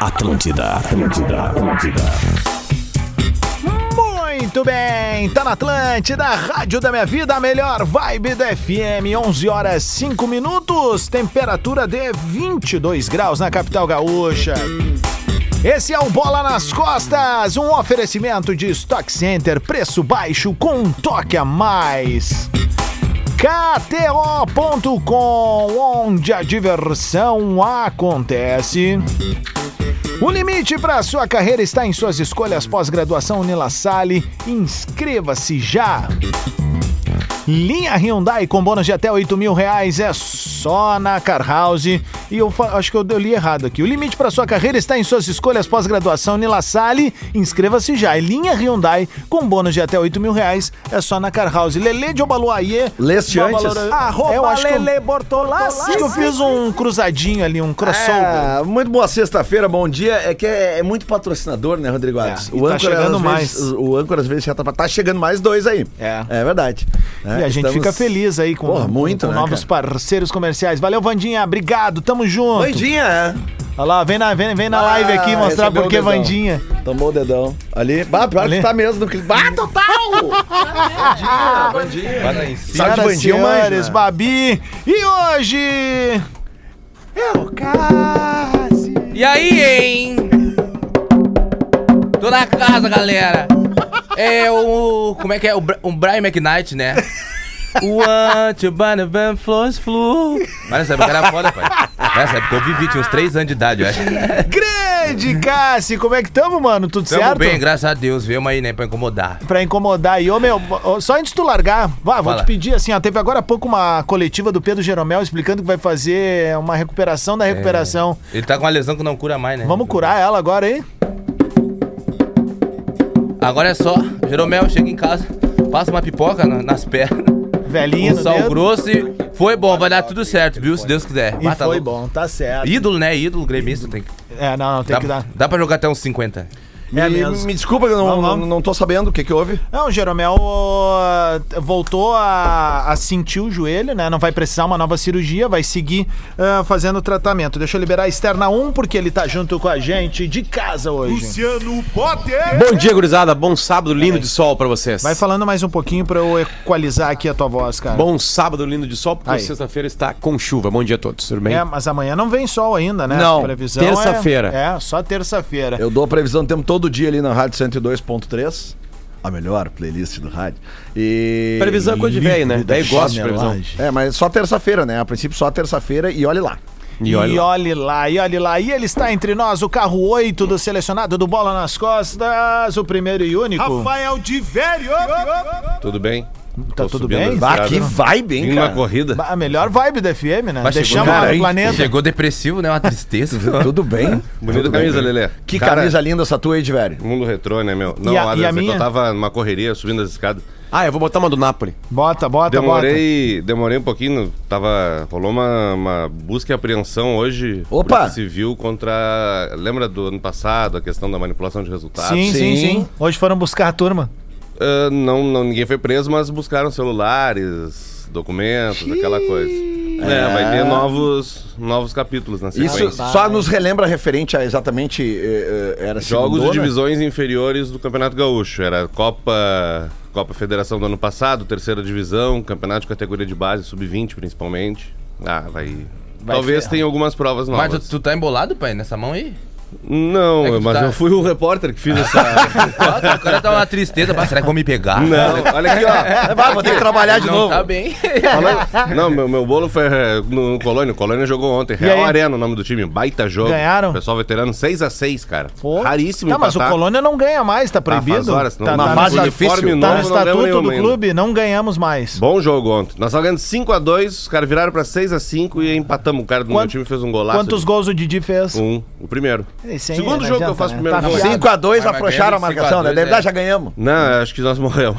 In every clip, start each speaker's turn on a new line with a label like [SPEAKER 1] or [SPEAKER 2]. [SPEAKER 1] Atlântida, Atlântida, Atlântida.
[SPEAKER 2] Muito bem, tá na Atlântida, Rádio da Minha Vida, a melhor vibe da FM, 11 horas 5 minutos, temperatura de 22 graus na capital gaúcha. Esse é o Bola nas Costas, um oferecimento de Stock Center, preço baixo com um toque a mais. KTO.com, onde a diversão acontece. O limite para a sua carreira está em suas escolhas pós-graduação Unilassale. Inscreva-se já. Linha Hyundai com bônus de até 8 mil reais é só na Car House. E eu fa- acho que eu, eu li errado aqui. O limite para sua carreira está em suas escolhas pós-graduação Nila Sale. Inscreva-se já. E Linha Hyundai com bônus de até 8 mil reais é só na Car House. Lele de Obaluaie.
[SPEAKER 3] Leste antes?
[SPEAKER 2] Arroba eu acho Lele que eu, Acho que eu fiz um cruzadinho ali, um crossover.
[SPEAKER 3] Ah, muito boa sexta-feira, bom dia. É que é, é muito patrocinador, né, Rodrigo Alves?
[SPEAKER 2] É, e tá chegando
[SPEAKER 3] às
[SPEAKER 2] mais.
[SPEAKER 3] Vezes, o âncora às vezes já tá, tá chegando mais dois aí.
[SPEAKER 2] É.
[SPEAKER 3] verdade. É,
[SPEAKER 2] E a gente fica feliz aí com,
[SPEAKER 3] Porra, muito,
[SPEAKER 2] com
[SPEAKER 3] né,
[SPEAKER 2] novos parceiros comerciais. Valeu, Vandinha. Obrigado, tamo junto.
[SPEAKER 3] Bom dia.
[SPEAKER 2] Olha lá, vem na, vem, vem na
[SPEAKER 3] Ah,
[SPEAKER 2] live aqui mostrar
[SPEAKER 3] recebeu
[SPEAKER 2] por que
[SPEAKER 3] o dedão.
[SPEAKER 2] Vandinha.
[SPEAKER 3] Tomou o dedão. Ali. Bah, pior
[SPEAKER 2] Ali.
[SPEAKER 3] que tá mesmo no clipe. Bah, tá- total! Sabe de
[SPEAKER 2] Senhoras e
[SPEAKER 3] bandinho mais,
[SPEAKER 2] senhores,
[SPEAKER 3] né?
[SPEAKER 2] Babi. E hoje... É Eu quase...
[SPEAKER 4] E aí, hein? Tô na casa, galera. É o. Como é que é? O, Bra- o Brian McKnight, né? Want to burn the van flows flu. Mas nessa época era foda, pai. Nessa época eu vivi, tinha uns 3 anos de idade, eu acho.
[SPEAKER 3] É
[SPEAKER 2] Grande Cassi, como é que tamo, mano? Tudo
[SPEAKER 4] Tamo
[SPEAKER 2] certo?
[SPEAKER 4] bem, graças a Deus. Viemos aí, né? Pra incomodar.
[SPEAKER 2] Pra incomodar. E, ô, meu, ô, só antes de tu largar, vá, vou
[SPEAKER 4] Fala.
[SPEAKER 2] te pedir assim, ó, teve agora há pouco uma coletiva do Pedro Jeromel explicando que vai fazer uma recuperação da recuperação.
[SPEAKER 3] É.
[SPEAKER 4] Ele tá com uma lesão que não cura mais, né?
[SPEAKER 2] Vamos curar ela agora, hein?
[SPEAKER 4] Agora é só. Jeromel, chega em casa, passa uma pipoca na- nas pernas,
[SPEAKER 2] Velhinha
[SPEAKER 4] um
[SPEAKER 2] no
[SPEAKER 4] sal
[SPEAKER 2] dedo.
[SPEAKER 4] grosso e. Foi bom, vai dar tudo certo, viu? Se Deus quiser.
[SPEAKER 2] né? E
[SPEAKER 4] Mas tá
[SPEAKER 2] foi
[SPEAKER 4] louco.
[SPEAKER 2] bom, tá certo.
[SPEAKER 4] Ídolo, né? Ídolo gremista tem que.
[SPEAKER 2] É, não, não, tem
[SPEAKER 4] dá,
[SPEAKER 2] que dar.
[SPEAKER 4] dá pra jogar até uns 50.
[SPEAKER 2] É
[SPEAKER 3] me,
[SPEAKER 2] mesmo.
[SPEAKER 3] me desculpa que eu não,
[SPEAKER 2] Vamos, vamos.
[SPEAKER 3] não- não tô sabendo o que que houve.
[SPEAKER 2] Não, o Jeromel ô, voltou a, a sentir o joelho, né? Não vai precisar uma nova cirurgia, vai seguir ah, fazendo o tratamento. Deixa eu liberar a externa 1, porque ele tá junto com a gente de casa hoje.
[SPEAKER 5] Bom dia, gurizada. Bom sábado lindo de sol pra vocês.
[SPEAKER 2] Vai falando mais um pouquinho pra eu equalizar aqui a tua voz, cara.
[SPEAKER 5] Bom sábado lindo de sol, porque
[SPEAKER 2] Aí.
[SPEAKER 5] sexta-feira está com chuva. Bom dia a todos, tudo bem?
[SPEAKER 2] É, mas amanhã não vem sol ainda, né?
[SPEAKER 5] Não,
[SPEAKER 2] A previsão é-
[SPEAKER 5] terça-feira.
[SPEAKER 2] É, só terça-feira.
[SPEAKER 3] Eu dou a previsão do tempo todo dia ali na Rádio 102.3. A melhor playlist do rádio. E.
[SPEAKER 5] Previsão é coisa de velho, né?
[SPEAKER 3] Livre da
[SPEAKER 5] Velho gosta de
[SPEAKER 3] chinelagem.
[SPEAKER 5] previsão.
[SPEAKER 3] É, mas só terça-feira, né? A princípio só terça-feira e olhe lá.
[SPEAKER 5] E olha.
[SPEAKER 2] E
[SPEAKER 5] lá.
[SPEAKER 2] olhe lá, e olhe lá. E ele está entre nós, o carro 8 do selecionado do Bola nas Costas, o primeiro e único.
[SPEAKER 6] Tudo bem?
[SPEAKER 2] Tá
[SPEAKER 6] Tô
[SPEAKER 2] tudo
[SPEAKER 6] subindo
[SPEAKER 2] bem?
[SPEAKER 6] as
[SPEAKER 2] Bah,
[SPEAKER 6] escadas.
[SPEAKER 3] vibe,
[SPEAKER 6] Vim numa corrida.
[SPEAKER 2] Bah, A melhor vibe da FM, né?
[SPEAKER 4] Mas chegou,
[SPEAKER 2] Deixamos
[SPEAKER 3] cara,
[SPEAKER 2] o
[SPEAKER 3] hein?
[SPEAKER 2] planeta.
[SPEAKER 4] Chegou depressivo, né? Uma tristeza.
[SPEAKER 3] Tudo bem?
[SPEAKER 6] Bonita
[SPEAKER 3] Tudo bem,
[SPEAKER 6] camisa,
[SPEAKER 3] cara.
[SPEAKER 6] Lelê.
[SPEAKER 3] Que
[SPEAKER 6] Cara,
[SPEAKER 3] camisa linda essa tua aí, de velho.
[SPEAKER 6] Mundo retrô, né, meu? Não,
[SPEAKER 2] E a-
[SPEAKER 6] olha,
[SPEAKER 2] e a
[SPEAKER 6] é que
[SPEAKER 2] minha?
[SPEAKER 6] eu tava numa correria, subindo as escadas.
[SPEAKER 5] Ah, eu vou botar uma do Napoli.
[SPEAKER 2] Bota, bota, bota.
[SPEAKER 6] Demorei, demorei um pouquinho, tava, rolou uma, uma busca e apreensão hoje.
[SPEAKER 3] Opa!
[SPEAKER 6] Polícia Civil contra, lembra do ano passado, a questão da manipulação de resultados?
[SPEAKER 2] Sim, sim,
[SPEAKER 3] Sim.
[SPEAKER 2] sim. Hoje foram buscar a turma.
[SPEAKER 6] Ah, não, não, ninguém foi preso, mas buscaram celulares, documentos, aquela coisa. É, vai ter novos, novos capítulos na sequência.
[SPEAKER 3] Isso só nos relembra referente a exatamente. eh, eh, Era
[SPEAKER 6] Jogos de
[SPEAKER 3] segundona?
[SPEAKER 6] divisões inferiores do Campeonato Gaúcho. Era Copa, Copa Federação do ano passado, terceira divisão, campeonato de categoria de base, sub-20 principalmente. Ah, vai. Talvez tenha algumas provas
[SPEAKER 4] Mas
[SPEAKER 6] novas.
[SPEAKER 4] tu, tu tá embolado, pai, nessa mão aí?
[SPEAKER 6] Não,
[SPEAKER 4] É que tu
[SPEAKER 6] mas
[SPEAKER 4] tá-
[SPEAKER 6] eu fui o repórter que fiz essa.
[SPEAKER 4] Ah, o cara tá uma tristeza. Pá, será que vão me pegar?
[SPEAKER 6] Não, olha aqui, ó.
[SPEAKER 3] Ah, vou ter que trabalhar de
[SPEAKER 4] Não
[SPEAKER 3] novo.
[SPEAKER 4] tá bem.
[SPEAKER 6] Falando- Não, meu, meu bolo foi eh, no Colônia. O Colônia jogou ontem. Real
[SPEAKER 2] aí?
[SPEAKER 6] Arena, o nome do time. Baita jogo.
[SPEAKER 2] Ganharam?
[SPEAKER 6] Pessoal veterano, 6x6, cara.
[SPEAKER 2] Pô.
[SPEAKER 6] Raríssimo
[SPEAKER 2] Tá, mas o
[SPEAKER 6] empatar.
[SPEAKER 2] Colônia não ganha mais, tá
[SPEAKER 6] Ah, faz
[SPEAKER 2] proibido.
[SPEAKER 6] horas, não-
[SPEAKER 2] tá,
[SPEAKER 6] Uma
[SPEAKER 2] tá,
[SPEAKER 6] fase
[SPEAKER 2] no, esta-
[SPEAKER 6] difícil.
[SPEAKER 2] tá no
[SPEAKER 6] Não, não leva
[SPEAKER 2] estatuto
[SPEAKER 6] nenhuma
[SPEAKER 2] do
[SPEAKER 6] ainda.
[SPEAKER 2] clube, não ganhamos mais.
[SPEAKER 6] Bom jogo ontem. Nós tava ganhando 5x2, os caras viraram pra 6x5 e empatamos. O cara do meu
[SPEAKER 2] Quant-
[SPEAKER 6] time fez um golaço.
[SPEAKER 2] Quantos gols o Didi fez?
[SPEAKER 6] Um, o primeiro.
[SPEAKER 2] Esse aí não
[SPEAKER 6] Segundo jogo que
[SPEAKER 2] adianta,
[SPEAKER 6] eu faço
[SPEAKER 2] né?
[SPEAKER 6] primeiro
[SPEAKER 2] Tá
[SPEAKER 6] gol.
[SPEAKER 2] fiado.
[SPEAKER 3] 5 a 2
[SPEAKER 4] Vai, mas
[SPEAKER 3] afrouxaram a
[SPEAKER 4] ganhamos
[SPEAKER 3] marcação, né?
[SPEAKER 4] 5 a 2,
[SPEAKER 3] Deve dar,
[SPEAKER 4] é.
[SPEAKER 3] já ganhamos.
[SPEAKER 6] Não, acho que nós morremos.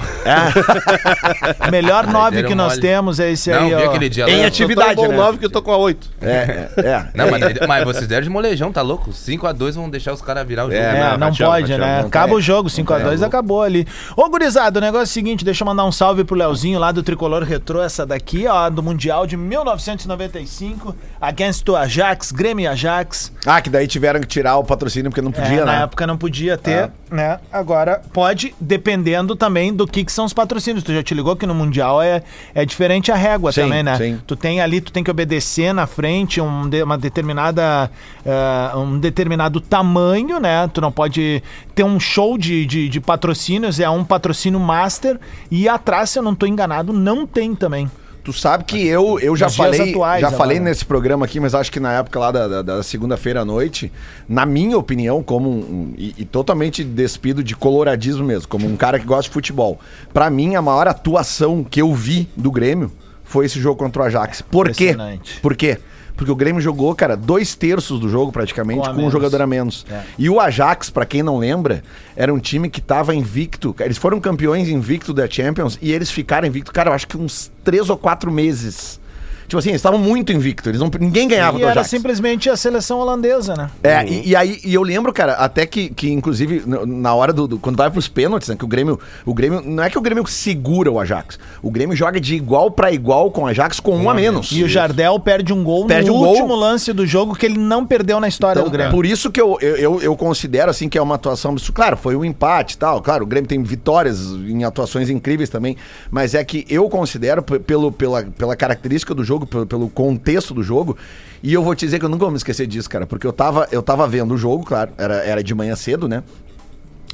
[SPEAKER 2] Melhor nove
[SPEAKER 4] deram
[SPEAKER 2] que nós
[SPEAKER 4] mole.
[SPEAKER 2] temos é esse
[SPEAKER 4] Não,
[SPEAKER 2] aí,
[SPEAKER 4] vi
[SPEAKER 2] ó.
[SPEAKER 4] aquele dia lá.
[SPEAKER 3] Em atividade,
[SPEAKER 6] eu tô tão bom
[SPEAKER 3] né?
[SPEAKER 6] 9 que eu tô com a 8.
[SPEAKER 3] É, é, é.
[SPEAKER 4] Não, mas, mas vocês deram de molejão, tá louco? 5x2 vão deixar os caras virar o jogo.
[SPEAKER 2] É,
[SPEAKER 6] É,
[SPEAKER 2] não,
[SPEAKER 6] não, Fatião,
[SPEAKER 2] pode,
[SPEAKER 6] Fatião,
[SPEAKER 2] né?
[SPEAKER 6] não
[SPEAKER 2] Acaba o jogo, 5x2 acabou ali. Ô, gurizada, o negócio é o seguinte, deixa eu mandar um salve pro Leozinho lá do Tricolor Retrô, essa daqui, ó, do Mundial de 1995, against o Ajax, Grêmio e Ajax.
[SPEAKER 3] Ah, que daí tiveram que tirar parar o patrocínio porque não podia,
[SPEAKER 2] É,
[SPEAKER 3] né? É.
[SPEAKER 2] Na época não podia ter, né? Agora pode, dependendo também do que, que são os patrocínios. Tu já te ligou que no Mundial é, é diferente a régua
[SPEAKER 3] Sim,
[SPEAKER 2] também, né?
[SPEAKER 3] sim.
[SPEAKER 2] Tu tem ali, tu tem que obedecer na frente um de- uma determinada ah, um determinado tamanho, né? Tu não pode ter um show de, de, de patrocínios, é um patrocínio master e atrás, se eu não tô enganado, não tem também.
[SPEAKER 3] Tu sabe que eu, eu já
[SPEAKER 2] Nos dias
[SPEAKER 3] falei,
[SPEAKER 2] atuais né,
[SPEAKER 3] já
[SPEAKER 2] agora.
[SPEAKER 3] falei nesse programa aqui, mas acho que na época lá da, da- da segunda-feira à noite, na minha opinião, como um, um- e, e totalmente despido de coloradismo mesmo, como um cara que gosta de futebol, pra mim a maior atuação que eu vi do Grêmio foi esse jogo contra o Ajax. Por quê?
[SPEAKER 2] Impressionante.
[SPEAKER 3] Por quê? Porque o Grêmio jogou, cara, dois terços do jogo praticamente
[SPEAKER 2] Com
[SPEAKER 3] com,
[SPEAKER 2] a
[SPEAKER 3] um
[SPEAKER 2] menos.
[SPEAKER 3] jogador a menos.
[SPEAKER 2] É.
[SPEAKER 3] E o Ajax, pra quem não lembra, era um time que tava invicto. Eles foram campeões invicto da Champions e eles ficaram invicto, cara, eu acho que uns três ou quatro meses. Tipo assim, eles estavam muito invicto, eles não, ninguém ganhava
[SPEAKER 2] E
[SPEAKER 3] do
[SPEAKER 2] era
[SPEAKER 3] Ajax.
[SPEAKER 2] simplesmente a seleção holandesa, né?
[SPEAKER 3] É, e, e aí e eu lembro, cara, até que, que inclusive, n- na hora do, do- Quando vai pros pênaltis, né? Que o Grêmio. O Grêmio. Não é que o Grêmio segura o Ajax. O Grêmio joga de igual pra igual com o Ajax com um a menos.
[SPEAKER 2] E o Jardel perde um gol
[SPEAKER 3] Perde
[SPEAKER 2] no
[SPEAKER 3] um gol.
[SPEAKER 2] último lance do jogo que ele não perdeu na história do Grêmio.
[SPEAKER 3] Então tá. Por isso que eu, eu, eu, eu considero assim que é uma atuação absurda. Claro, foi um empate e tal. Claro, o Grêmio tem vitórias em atuações incríveis também. Mas é que eu considero, p- pelo, pela, pela característica do jogo, pelo, pelo contexto do jogo, e eu vou te dizer que eu nunca vou me esquecer disso, cara. Porque eu tava, eu tava vendo o jogo, claro, era, era de manhã cedo, né?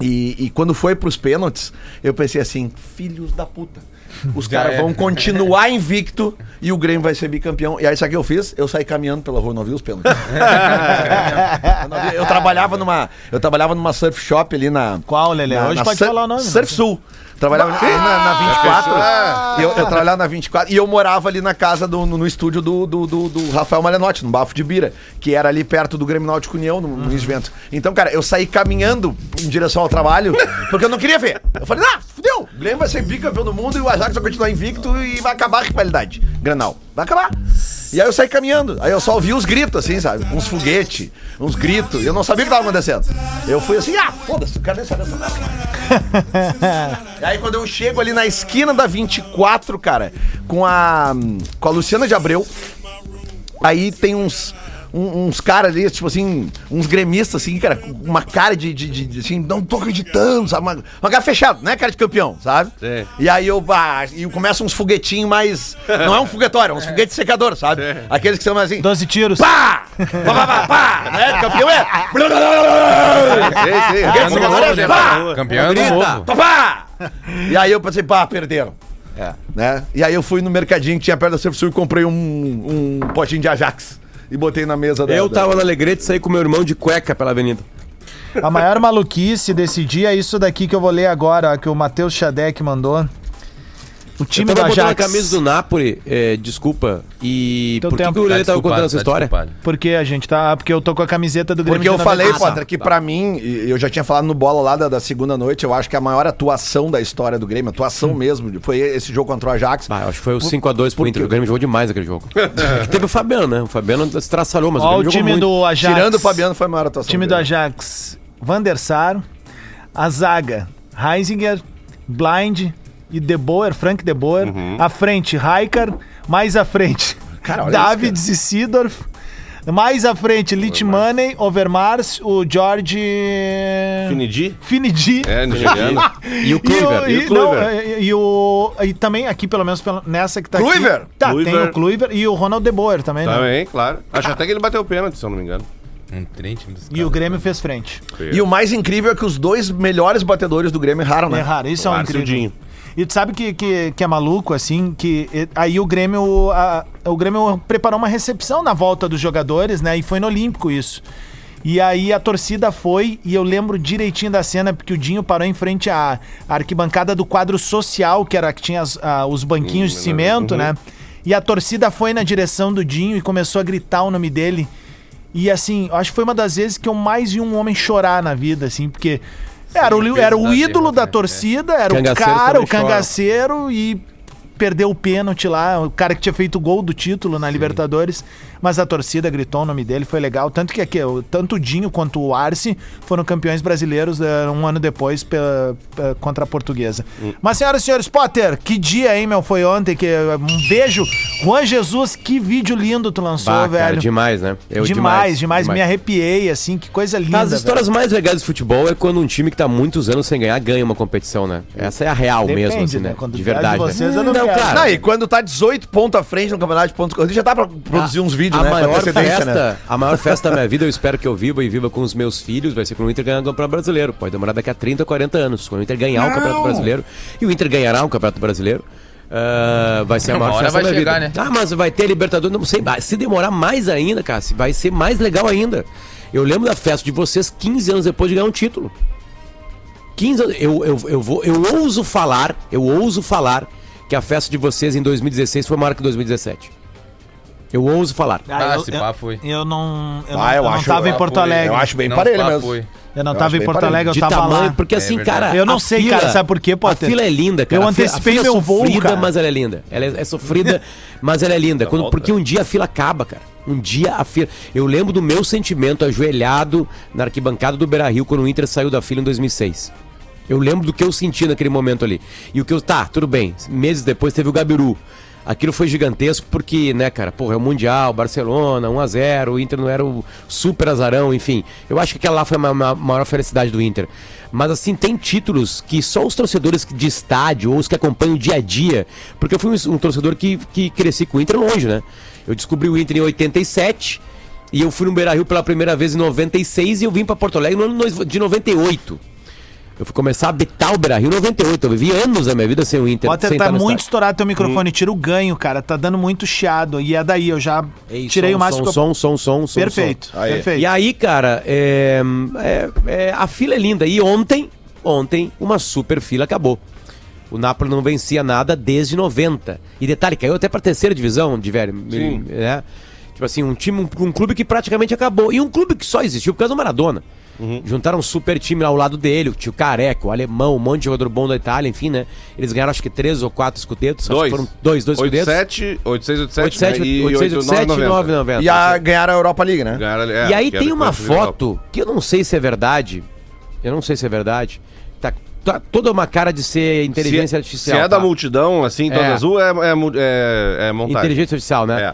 [SPEAKER 3] E, e quando foi pros pênaltis, eu pensei assim, filhos da puta. Os caras
[SPEAKER 4] é.
[SPEAKER 3] vão continuar invicto e o Grêmio vai ser bicampeão. E aí, sabe o que eu fiz? Eu saí caminhando pela rua, não vi os pênaltis. Eu não vi- Eu trabalhava numa, eu trabalhava numa surf shop ali na
[SPEAKER 2] Qual, Lelê?
[SPEAKER 3] na-
[SPEAKER 2] Hoje
[SPEAKER 3] na
[SPEAKER 2] pode
[SPEAKER 3] sur-
[SPEAKER 2] falar o nome, né?
[SPEAKER 3] Surf Sul. Trabalhava ali na, na 24. eu, eu trabalhava na 24 e eu morava ali na casa do no, no estúdio do, do, do- do Rafael Malenotti, no Bafo de Bira, que era ali perto do Grêmio Náutico União, no, no Isvento. Então, cara, eu saí caminhando em direção ao trabalho, porque eu não queria ver. Eu falei: "Ah, fudeu. O Grêmio vai ser bicampeão do mundo e o Ajax vai continuar invicto e vai acabar a rivalidade. Granal. Vai acabar. E aí eu saí caminhando. Aí eu só ouvi uns gritos, assim, sabe? Uns foguetes, uns gritos. Eu não sabia o que tava acontecendo. Eu fui assim, ah, foda-se, cadê essa dessa merda?" E aí quando eu chego ali na esquina da 24, cara, com a com a Luciana de Abreu, aí tem uns um- uns caras ali, tipo assim, uns gremistas, assim, cara, com uma cara de, de, de- de, assim, não tô acreditando, sabe? Uma, uma cara fechada, né? Cara de campeão, sabe?
[SPEAKER 6] Sim.
[SPEAKER 3] E aí eu, bah, e começa uns foguetinhos mais. Não é um foguetório, é uns foguetes secadores, sabe? Aqueles que são mais assim.
[SPEAKER 2] 12 tiros.
[SPEAKER 3] Pá! Pá, pá, pá, pá! Né? Campeão é. Blá, blá, blá, blá, blá, blá.
[SPEAKER 6] Sei, sei.
[SPEAKER 3] Esse
[SPEAKER 6] Ano
[SPEAKER 3] agora
[SPEAKER 6] novo,
[SPEAKER 3] é
[SPEAKER 6] né?
[SPEAKER 3] pá!
[SPEAKER 6] Rua.
[SPEAKER 4] Campeão Tá, ano
[SPEAKER 3] Grita,
[SPEAKER 4] novo.
[SPEAKER 3] Papá! E aí eu pensei, pá, perderam. Né? E aí eu fui no mercadinho que tinha perto da Surf Sul e comprei um, um potinho de Ajax. E botei na mesa da-
[SPEAKER 5] Eu
[SPEAKER 3] da-
[SPEAKER 5] tava na Alegrete e saí com meu irmão de cueca pela avenida.
[SPEAKER 2] A maior maluquice desse dia é isso daqui que eu vou ler agora, ó, que o Matheus Xadec mandou. O time
[SPEAKER 5] eu
[SPEAKER 2] do
[SPEAKER 5] tava botando a
[SPEAKER 2] Ajax.
[SPEAKER 5] camisa do Napoli, é, desculpa. E
[SPEAKER 2] Teu
[SPEAKER 5] por que,
[SPEAKER 2] tempo.
[SPEAKER 5] que o Lelê
[SPEAKER 4] Tá
[SPEAKER 5] tava
[SPEAKER 4] desculpado,
[SPEAKER 5] contando essa
[SPEAKER 4] tá
[SPEAKER 5] história?
[SPEAKER 4] desculpado.
[SPEAKER 2] Porque a gente tá. Porque eu tô com a camiseta do Grêmio.
[SPEAKER 3] Porque eu
[SPEAKER 2] de
[SPEAKER 3] falei,
[SPEAKER 2] 94.
[SPEAKER 3] Potter, que pra mim, e eu já tinha falado no bola lá da, da segunda noite, eu acho que a maior atuação da história do Grêmio, atuação mesmo, foi esse jogo contra o Ajax.
[SPEAKER 5] Ah, eu acho que foi o 5x2 pro Inter. O Grêmio jogou demais aquele jogo. É que teve o Fabiano, né? O Fabiano se traçalhou, mas
[SPEAKER 2] Ó,
[SPEAKER 5] o
[SPEAKER 2] o
[SPEAKER 5] Grêmio jogou
[SPEAKER 2] time
[SPEAKER 5] muito.
[SPEAKER 2] do Ajax.
[SPEAKER 3] Tirando o Fabiano, foi a maior atuação.
[SPEAKER 2] Time do
[SPEAKER 3] dele.
[SPEAKER 2] Ajax. Van der Sar, a zaga, Heisinger, Blind e De Boer, Frank De Boer. À frente, Raikar. Mais à frente,
[SPEAKER 3] Cara, olha
[SPEAKER 2] Davids e Sidorf. Mais à frente, Litmanen, Overmars, o George...
[SPEAKER 6] Finidi?
[SPEAKER 2] Finidi.
[SPEAKER 6] É, nigeriano.
[SPEAKER 5] E o Kluivert.
[SPEAKER 2] E,
[SPEAKER 5] E
[SPEAKER 2] o-
[SPEAKER 5] o
[SPEAKER 2] e- não,
[SPEAKER 5] Kluivert.
[SPEAKER 2] é, e, e o e também aqui, pelo menos pela- nessa que tá aqui-
[SPEAKER 3] Kluivert?
[SPEAKER 2] Tá, tem
[SPEAKER 6] Kluivert.
[SPEAKER 2] o Kluivert e o Ronald De Boer também, né?
[SPEAKER 6] Também, claro. Acho até que ele bateu o pênalti, se eu não me engano.
[SPEAKER 4] Um trente desse
[SPEAKER 2] E
[SPEAKER 4] cara.
[SPEAKER 2] o Grêmio fez frente.
[SPEAKER 3] E o mais incrível é que os dois melhores batedores do Grêmio erraram, né?
[SPEAKER 2] Erraram, isso é um
[SPEAKER 6] Claro,
[SPEAKER 2] incrível.
[SPEAKER 6] Sildinho.
[SPEAKER 2] E tu sabe que, que, que é maluco, assim, que e- aí o Grêmio. a- o Grêmio preparou uma recepção na volta dos jogadores, né? E foi no Olímpico isso. E aí a torcida foi, e eu lembro direitinho da cena, porque o Dinho parou em frente à à arquibancada do quadro social, que era que tinha as- a- os banquinhos de
[SPEAKER 6] Hum,
[SPEAKER 2] cimento,
[SPEAKER 6] uhum.
[SPEAKER 2] né? E a torcida foi na direção do Dinho e começou a gritar o nome dele. E assim, eu acho que foi uma das vezes que eu mais vi um homem chorar na vida, assim, porque era o, li-
[SPEAKER 4] peso
[SPEAKER 2] era o
[SPEAKER 4] da
[SPEAKER 2] ídolo
[SPEAKER 4] derrota,
[SPEAKER 2] da
[SPEAKER 4] né?
[SPEAKER 2] torcida, era o
[SPEAKER 5] Cangaceiros
[SPEAKER 2] cara, o
[SPEAKER 5] é. também choram.
[SPEAKER 2] cangaceiro e perdeu o pênalti lá, o cara que tinha feito o gol do título na Libertadores, mas a torcida gritou o nome dele, foi legal. Tanto que aqui, o- tanto o Dinho quanto o Arce foram campeões brasileiros eh, um ano depois pela- eh, contra a portuguesa.
[SPEAKER 5] Hum.
[SPEAKER 2] Mas, senhoras e senhores, Potter, que dia, hein, meu? Foi ontem. Que, um beijo. Juan Jesus, que vídeo lindo tu lançou,
[SPEAKER 5] Bah,
[SPEAKER 2] velho.
[SPEAKER 5] cara, demais, né? Eu,
[SPEAKER 2] demais, demais, Me arrepiei, assim, que coisa linda.
[SPEAKER 5] As histórias mais legais do futebol é quando um time que tá muitos anos sem ganhar ganha uma competição, né? Essa é a real
[SPEAKER 2] Depende,
[SPEAKER 5] mesmo, assim,
[SPEAKER 2] né?
[SPEAKER 5] né?
[SPEAKER 2] Quando
[SPEAKER 5] de
[SPEAKER 2] perde
[SPEAKER 5] verdade.
[SPEAKER 2] vocês,
[SPEAKER 5] né?
[SPEAKER 2] eu não quero.
[SPEAKER 5] claro.
[SPEAKER 3] Não, e quando tá 18 pontos à frente no campeonato de pontos corridos, já dá pra produzir uns vídeos,
[SPEAKER 5] Ah, a
[SPEAKER 3] né?
[SPEAKER 5] Maior
[SPEAKER 3] pra ter antecedência,
[SPEAKER 5] festa, A maior festa da minha vida, eu espero que eu viva e viva com os meus filhos, vai ser quando o Inter ganhar o Campeonato Brasileiro. Pode demorar daqui a 30, 40 anos. Quando o Inter ganhar o Campeonato Brasileiro, e o Inter ganhará o Campeonato Brasileiro, ah, vai ser a
[SPEAKER 4] Uma
[SPEAKER 5] maior
[SPEAKER 4] hora
[SPEAKER 5] festa
[SPEAKER 4] vai
[SPEAKER 5] da minha
[SPEAKER 4] chegar,
[SPEAKER 5] vida.
[SPEAKER 4] né?
[SPEAKER 5] Ah, mas vai ter Libertadores, não sei. ah, Se demorar mais ainda, Cássio, vai ser mais legal ainda. Eu lembro da festa de vocês 15 anos depois de ganhar um título. 15 anos, eu, eu, eu, vou, eu ouso falar, eu ouso falar que a festa de vocês em 2016 foi maior que 2017. Eu ouso falar.
[SPEAKER 4] Ah,
[SPEAKER 2] eu,
[SPEAKER 4] se
[SPEAKER 2] eu-
[SPEAKER 4] pá, fui.
[SPEAKER 2] Eu não. Eu,
[SPEAKER 3] Ah,
[SPEAKER 2] não,
[SPEAKER 3] eu
[SPEAKER 2] eu não
[SPEAKER 3] acho-
[SPEAKER 2] tava em
[SPEAKER 3] eu
[SPEAKER 2] Porto
[SPEAKER 4] fui,
[SPEAKER 2] Alegre.
[SPEAKER 3] Eu acho bem
[SPEAKER 4] Não,
[SPEAKER 3] parelho
[SPEAKER 4] pá,
[SPEAKER 3] mesmo.
[SPEAKER 4] fui.
[SPEAKER 2] Eu não
[SPEAKER 3] eu
[SPEAKER 2] tava
[SPEAKER 3] acho
[SPEAKER 2] em
[SPEAKER 3] bem
[SPEAKER 2] Porto
[SPEAKER 3] parelho.
[SPEAKER 2] Alegre, eu
[SPEAKER 5] de
[SPEAKER 2] tava
[SPEAKER 5] tamanho,
[SPEAKER 2] lá.
[SPEAKER 5] porque assim,
[SPEAKER 6] É verdade.
[SPEAKER 5] cara.
[SPEAKER 2] Eu não
[SPEAKER 5] a
[SPEAKER 2] sei,
[SPEAKER 5] fila-
[SPEAKER 2] cara, sabe por quê,
[SPEAKER 5] A
[SPEAKER 2] Potter?
[SPEAKER 5] fila é linda, cara.
[SPEAKER 2] Eu
[SPEAKER 5] A fila- a
[SPEAKER 2] antecipei
[SPEAKER 5] fila é
[SPEAKER 2] meu voo,
[SPEAKER 5] sofrida,
[SPEAKER 2] cara.
[SPEAKER 5] mas ela é linda. Ela é, é sofrida, mas ela é linda. Quando,
[SPEAKER 6] volta.
[SPEAKER 5] porque um dia a fila acaba, cara. Um dia a fila. Eu lembro do meu sentimento ajoelhado na arquibancada do Beira Rio quando o Inter saiu da fila em 2006. Eu lembro do que eu senti naquele momento ali. E o que eu. Tá, tudo bem. Meses depois teve o Gabiru. Aquilo foi gigantesco porque, né, cara, porra, é o Mundial, Barcelona, 1x0, o Inter não era o super azarão, enfim. Eu acho que aquela lá foi a ma- ma- maior felicidade do Inter. Mas, assim, tem títulos que só os torcedores de estádio ou os que acompanham o dia a dia. Porque eu fui um, um torcedor que, que cresci com o Inter longe, né? Eu descobri o Inter em 87 e eu fui no Beira Rio pela primeira vez em 96 e eu vim pra Porto Alegre no ano nois- de 98. Eu fui começar a habitar o Beira Rio em 98. Eu vivi anos da minha vida sem o Inter.
[SPEAKER 2] Potter,
[SPEAKER 5] sem
[SPEAKER 2] tá
[SPEAKER 5] estar no
[SPEAKER 2] muito
[SPEAKER 5] estádio.
[SPEAKER 2] estourado teu microfone. Tira o ganho, cara. Tá dando muito chiado. E é daí, eu já
[SPEAKER 5] Ei,
[SPEAKER 2] tirei
[SPEAKER 5] som,
[SPEAKER 2] o máximo. que eu-
[SPEAKER 5] Som, som, som, som, som.
[SPEAKER 2] perfeito,
[SPEAKER 3] som. Aí.
[SPEAKER 2] perfeito.
[SPEAKER 5] E aí, cara, é, é- é, a fila é linda. E ontem, ontem, uma super fila acabou. O Napoli não vencia nada desde 90. E detalhe, caiu até pra terceira divisão, de velho. né? Tipo assim, um time, um, um clube que praticamente acabou. E um clube que só existiu por causa do Maradona. Juntaram um super time lá ao lado dele, o tio Careco, o alemão, um monte de jogador bom da Itália, enfim, né? Eles ganharam acho que três ou quatro escudetos. acho que
[SPEAKER 6] Dois.
[SPEAKER 5] Foram dois, dois escudetos.
[SPEAKER 6] 87, 8687
[SPEAKER 5] 87, 87, 990.
[SPEAKER 3] né? E a ganhar a Europa League, né?
[SPEAKER 6] é,
[SPEAKER 5] e aí tem uma foto que eu não sei se é verdade. Eu não sei se é verdade. Tá, tá toda uma cara de ser inteligência
[SPEAKER 6] se,
[SPEAKER 5] artificial.
[SPEAKER 6] Se é da
[SPEAKER 5] tá?
[SPEAKER 6] multidão, assim, toda
[SPEAKER 5] É.
[SPEAKER 6] azul, é, é, mu- é, é montagem.
[SPEAKER 5] Inteligência artificial, né?
[SPEAKER 6] É.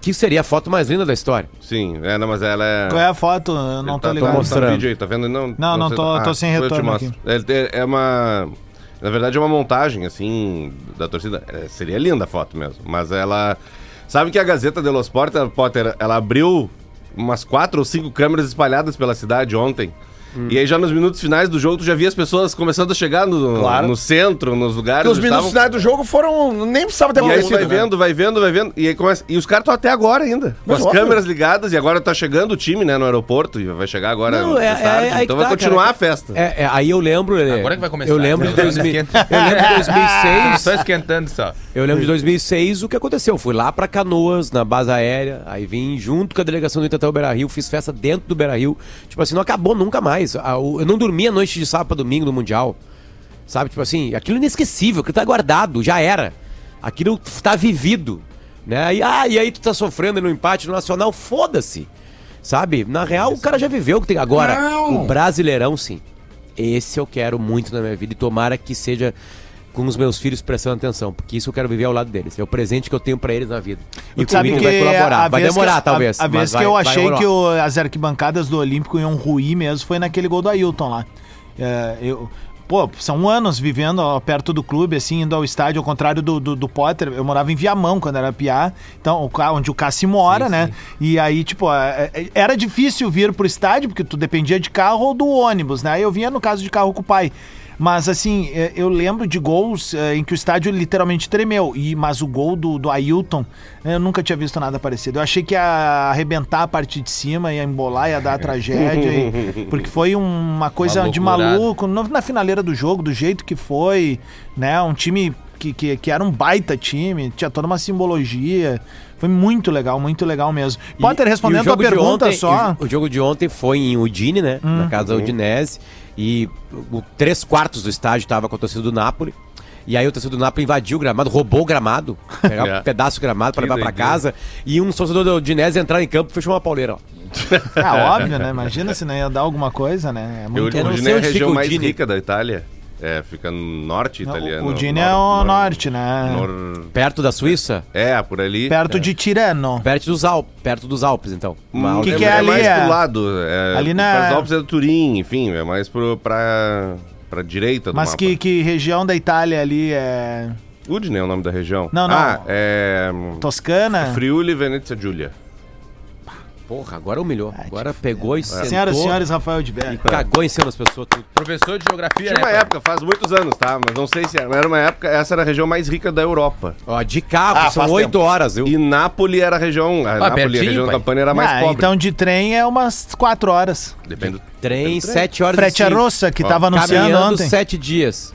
[SPEAKER 5] Que seria a foto mais linda da história.
[SPEAKER 6] Sim, é, não, mas ela é...
[SPEAKER 2] Qual é a foto? Eu não tô
[SPEAKER 6] tá,
[SPEAKER 2] ligado.
[SPEAKER 5] mostrando.
[SPEAKER 6] Tá mostrando. Vídeo aí, tá vendo? Não,
[SPEAKER 2] Não, não,
[SPEAKER 6] sei-
[SPEAKER 2] tô- tô sem
[SPEAKER 6] depois eu te
[SPEAKER 2] retorno
[SPEAKER 6] mostro. É, é- é uma... Na verdade é uma montagem, assim, da torcida. É, seria linda a foto mesmo, mas ela... Sabe que a Gazeta dello Sport, a Potter, ela abriu umas quatro ou cinco câmeras espalhadas pela cidade ontem. E aí já nos minutos finais do jogo, tu já via as pessoas começando a chegar no,
[SPEAKER 3] Claro.
[SPEAKER 6] no centro, nos lugares.
[SPEAKER 3] Porque os
[SPEAKER 6] onde
[SPEAKER 3] minutos
[SPEAKER 6] estavam.
[SPEAKER 3] finais do jogo foram. Nem precisava
[SPEAKER 5] Então,
[SPEAKER 3] ter
[SPEAKER 6] E
[SPEAKER 5] é
[SPEAKER 6] aí tu vai
[SPEAKER 3] acontecido. né?
[SPEAKER 6] vendo, vai vendo, vai vendo. E, aí começa... e os caras estão até agora ainda. Com
[SPEAKER 3] Mas
[SPEAKER 6] as
[SPEAKER 3] óbvio.
[SPEAKER 6] câmeras ligadas, e agora tá chegando o time, né, no aeroporto, e vai chegar agora.
[SPEAKER 5] Não, é-
[SPEAKER 6] de tarde,
[SPEAKER 5] é- é aí que
[SPEAKER 6] então vai
[SPEAKER 5] tá,
[SPEAKER 6] continuar
[SPEAKER 5] cara.
[SPEAKER 6] a festa.
[SPEAKER 5] É, é, aí eu lembro. Lelê,
[SPEAKER 4] Agora que vai começar.
[SPEAKER 5] Eu lembro de 2000. Eu lembro de 2006.
[SPEAKER 4] Só esquentando só.
[SPEAKER 5] Eu lembro de 2006 o que aconteceu. Eu Fui lá pra Canoas, na base aérea, aí vim junto com a delegação do Inter até o Beira Rio, fiz festa dentro do Beira Rio. Tipo assim, não acabou nunca mais. Ah, o- Eu não dormi a noite de sábado pra domingo no Mundial. Sabe? Tipo assim, aquilo é inesquecível, aquilo tá guardado, já era. Aquilo tá vivido. Né? E, ah, e aí tu tá sofrendo no empate no Nacional, foda-se. Sabe? Na real, o cara já viveu o que tem agora. O Brasileirão, sim. Esse eu quero muito na minha vida e tomara que seja com os meus filhos prestando atenção, porque isso eu quero viver ao lado deles. É o presente que eu tenho pra eles na vida. E
[SPEAKER 2] Tu sabe
[SPEAKER 5] comigo
[SPEAKER 2] que
[SPEAKER 5] vai
[SPEAKER 2] a
[SPEAKER 5] colaborar. Vai
[SPEAKER 2] vez que-
[SPEAKER 5] demorar,
[SPEAKER 2] a-
[SPEAKER 5] talvez.
[SPEAKER 2] A,
[SPEAKER 5] mas
[SPEAKER 2] vez
[SPEAKER 5] vai-
[SPEAKER 2] que eu
[SPEAKER 5] vai
[SPEAKER 2] achei
[SPEAKER 5] rolar.
[SPEAKER 2] que o- as arquibancadas do Olímpico iam ruir mesmo foi naquele gol do Ailton lá. É, eu, pô, são anos vivendo ó, perto do clube, assim, indo ao estádio, ao contrário do, do, do Potter. Eu morava em Viamão quando era piá, então, o ca- onde o Cassi mora, né? E aí, tipo, é- é- era difícil vir pro estádio, porque tu dependia de carro ou do ônibus, né? Eu vinha, no caso, de carro com o pai. Mas assim, é, eu lembro de gols é, em que o estádio literalmente tremeu. E, mas o gol do, do Ailton, né, eu nunca tinha visto nada parecido. Eu achei que ia arrebentar a parte de cima, ia embolar, ia dar tragédia. e- porque foi um, uma coisa
[SPEAKER 4] Uma
[SPEAKER 2] de
[SPEAKER 4] loucurada.
[SPEAKER 2] maluco. no- Na finaleira do jogo, do jeito que foi, né? Um time que, que, que era um baita time, tinha toda uma simbologia. Foi muito legal, muito legal mesmo.
[SPEAKER 5] E-
[SPEAKER 2] Potter,
[SPEAKER 5] e o
[SPEAKER 2] respondendo a tua
[SPEAKER 5] jogo de
[SPEAKER 2] pergunta
[SPEAKER 5] ontem- e
[SPEAKER 2] só. Uhum.
[SPEAKER 5] O, o jogo de ontem foi em Udine, né? Na casa da Udinese. E o, três quartos do estádio estava com a torcida do Napoli. E aí o torcedor do Napoli invadiu o gramado, roubou o gramado, pegava
[SPEAKER 6] É.
[SPEAKER 5] um pedaço do gramado pra
[SPEAKER 6] Que
[SPEAKER 5] levar pra
[SPEAKER 6] doideira.
[SPEAKER 5] casa. E um torcedor do Dinésio entrar em campo e fechou uma pauleira, ó.
[SPEAKER 2] Ah, óbvio, né? Imagina se não ia dar alguma coisa, né? É
[SPEAKER 6] Eu,
[SPEAKER 2] muito...
[SPEAKER 5] Eu não
[SPEAKER 6] o Udine
[SPEAKER 5] sei
[SPEAKER 6] é a
[SPEAKER 5] onde fica
[SPEAKER 6] região
[SPEAKER 5] o
[SPEAKER 6] mais
[SPEAKER 5] Udine.
[SPEAKER 6] rica da Itália. É, fica no norte
[SPEAKER 2] Não,
[SPEAKER 6] italiano.
[SPEAKER 2] o Udine é o
[SPEAKER 6] nor-
[SPEAKER 2] norte, né?
[SPEAKER 6] nor-
[SPEAKER 5] Perto da Suíça?
[SPEAKER 6] É, por ali.
[SPEAKER 2] Perto de Tirano.
[SPEAKER 5] Perto dos Alpes, perto dos Alpes, então. Uma
[SPEAKER 6] Hum,
[SPEAKER 5] aldeia-
[SPEAKER 2] que é ali?
[SPEAKER 6] mais
[SPEAKER 2] É-
[SPEAKER 6] pro lado. É,
[SPEAKER 2] Ali na-
[SPEAKER 6] Para Alpes é do Turim, enfim, é mais pro, pra, pra direita do
[SPEAKER 2] Mas
[SPEAKER 6] mapa.
[SPEAKER 2] que, que região da Itália ali é.
[SPEAKER 6] Udine é o nome da região.
[SPEAKER 2] Não, não.
[SPEAKER 6] Ah, é...
[SPEAKER 2] Toscana?
[SPEAKER 6] Friuli, Venezia, Giulia.
[SPEAKER 5] Porra, agora humilhou. Agora pegou e sentou
[SPEAKER 2] Senhoras e senhores, Rafael de
[SPEAKER 5] e
[SPEAKER 2] Berg.
[SPEAKER 5] cagou em cima das pessoas. Tudo.
[SPEAKER 4] Professor de geografia,
[SPEAKER 6] Tinha uma
[SPEAKER 4] né?
[SPEAKER 6] época, faz muitos anos, tá? Mas não sei se era. Era uma época, essa era a região mais rica da Europa.
[SPEAKER 5] Ó, de carro,
[SPEAKER 3] Ah,
[SPEAKER 5] são
[SPEAKER 3] faz
[SPEAKER 5] oito horas, viu?
[SPEAKER 6] E Nápoles era a região. A Nápoles,
[SPEAKER 4] Ah, pertinho,
[SPEAKER 6] é a região
[SPEAKER 4] pai.
[SPEAKER 6] da Campania era mais
[SPEAKER 2] Ah,
[SPEAKER 6] pobre.
[SPEAKER 2] então de trem é umas 4 horas.
[SPEAKER 3] então
[SPEAKER 6] Depende do...
[SPEAKER 5] Trem, sete horas
[SPEAKER 2] Frete
[SPEAKER 5] cinco.
[SPEAKER 2] Rossa, que
[SPEAKER 6] Ó,
[SPEAKER 2] tava anunciando
[SPEAKER 5] Caminhando
[SPEAKER 2] ontem.
[SPEAKER 5] sete dias.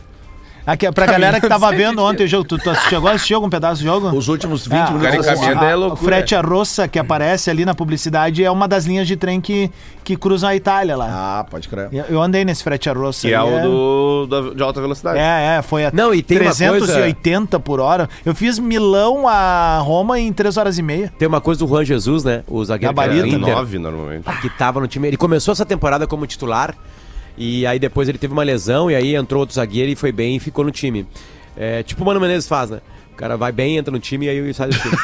[SPEAKER 2] Aqui, pra galera que tava vendo ontem o jogo, tu, tu assistiu- chegou a assistir algum pedaço do jogo?
[SPEAKER 3] Os últimos 20
[SPEAKER 2] Ah,
[SPEAKER 3] minutos.
[SPEAKER 4] cara
[SPEAKER 3] assim,
[SPEAKER 4] encaminhando.
[SPEAKER 2] a-
[SPEAKER 4] é
[SPEAKER 2] O
[SPEAKER 4] loucura.
[SPEAKER 2] frete Rossa que aparece ali na publicidade é uma das linhas de trem que, que cruzam a Itália lá.
[SPEAKER 3] Ah, pode crer.
[SPEAKER 2] Eu, eu andei nesse frete Rossa.
[SPEAKER 6] Que é o do, da- de alta velocidade.
[SPEAKER 2] É, é, foi a
[SPEAKER 5] Não, e tem uma
[SPEAKER 2] 380 por hora. Eu fiz Milão a Roma em 3 horas e meia.
[SPEAKER 5] Tem uma coisa do Juan Jesus, né? O zagueiro que era
[SPEAKER 2] Gabarito,
[SPEAKER 5] do
[SPEAKER 6] Tem
[SPEAKER 5] Inter,
[SPEAKER 6] É, nove normalmente.
[SPEAKER 5] que tava no time. Ele começou essa temporada como titular e aí depois ele teve uma lesão e aí entrou outro zagueiro e foi bem e ficou no time. É, tipo o Mano Menezes faz, né? O cara vai bem, entra no time e aí sai do time.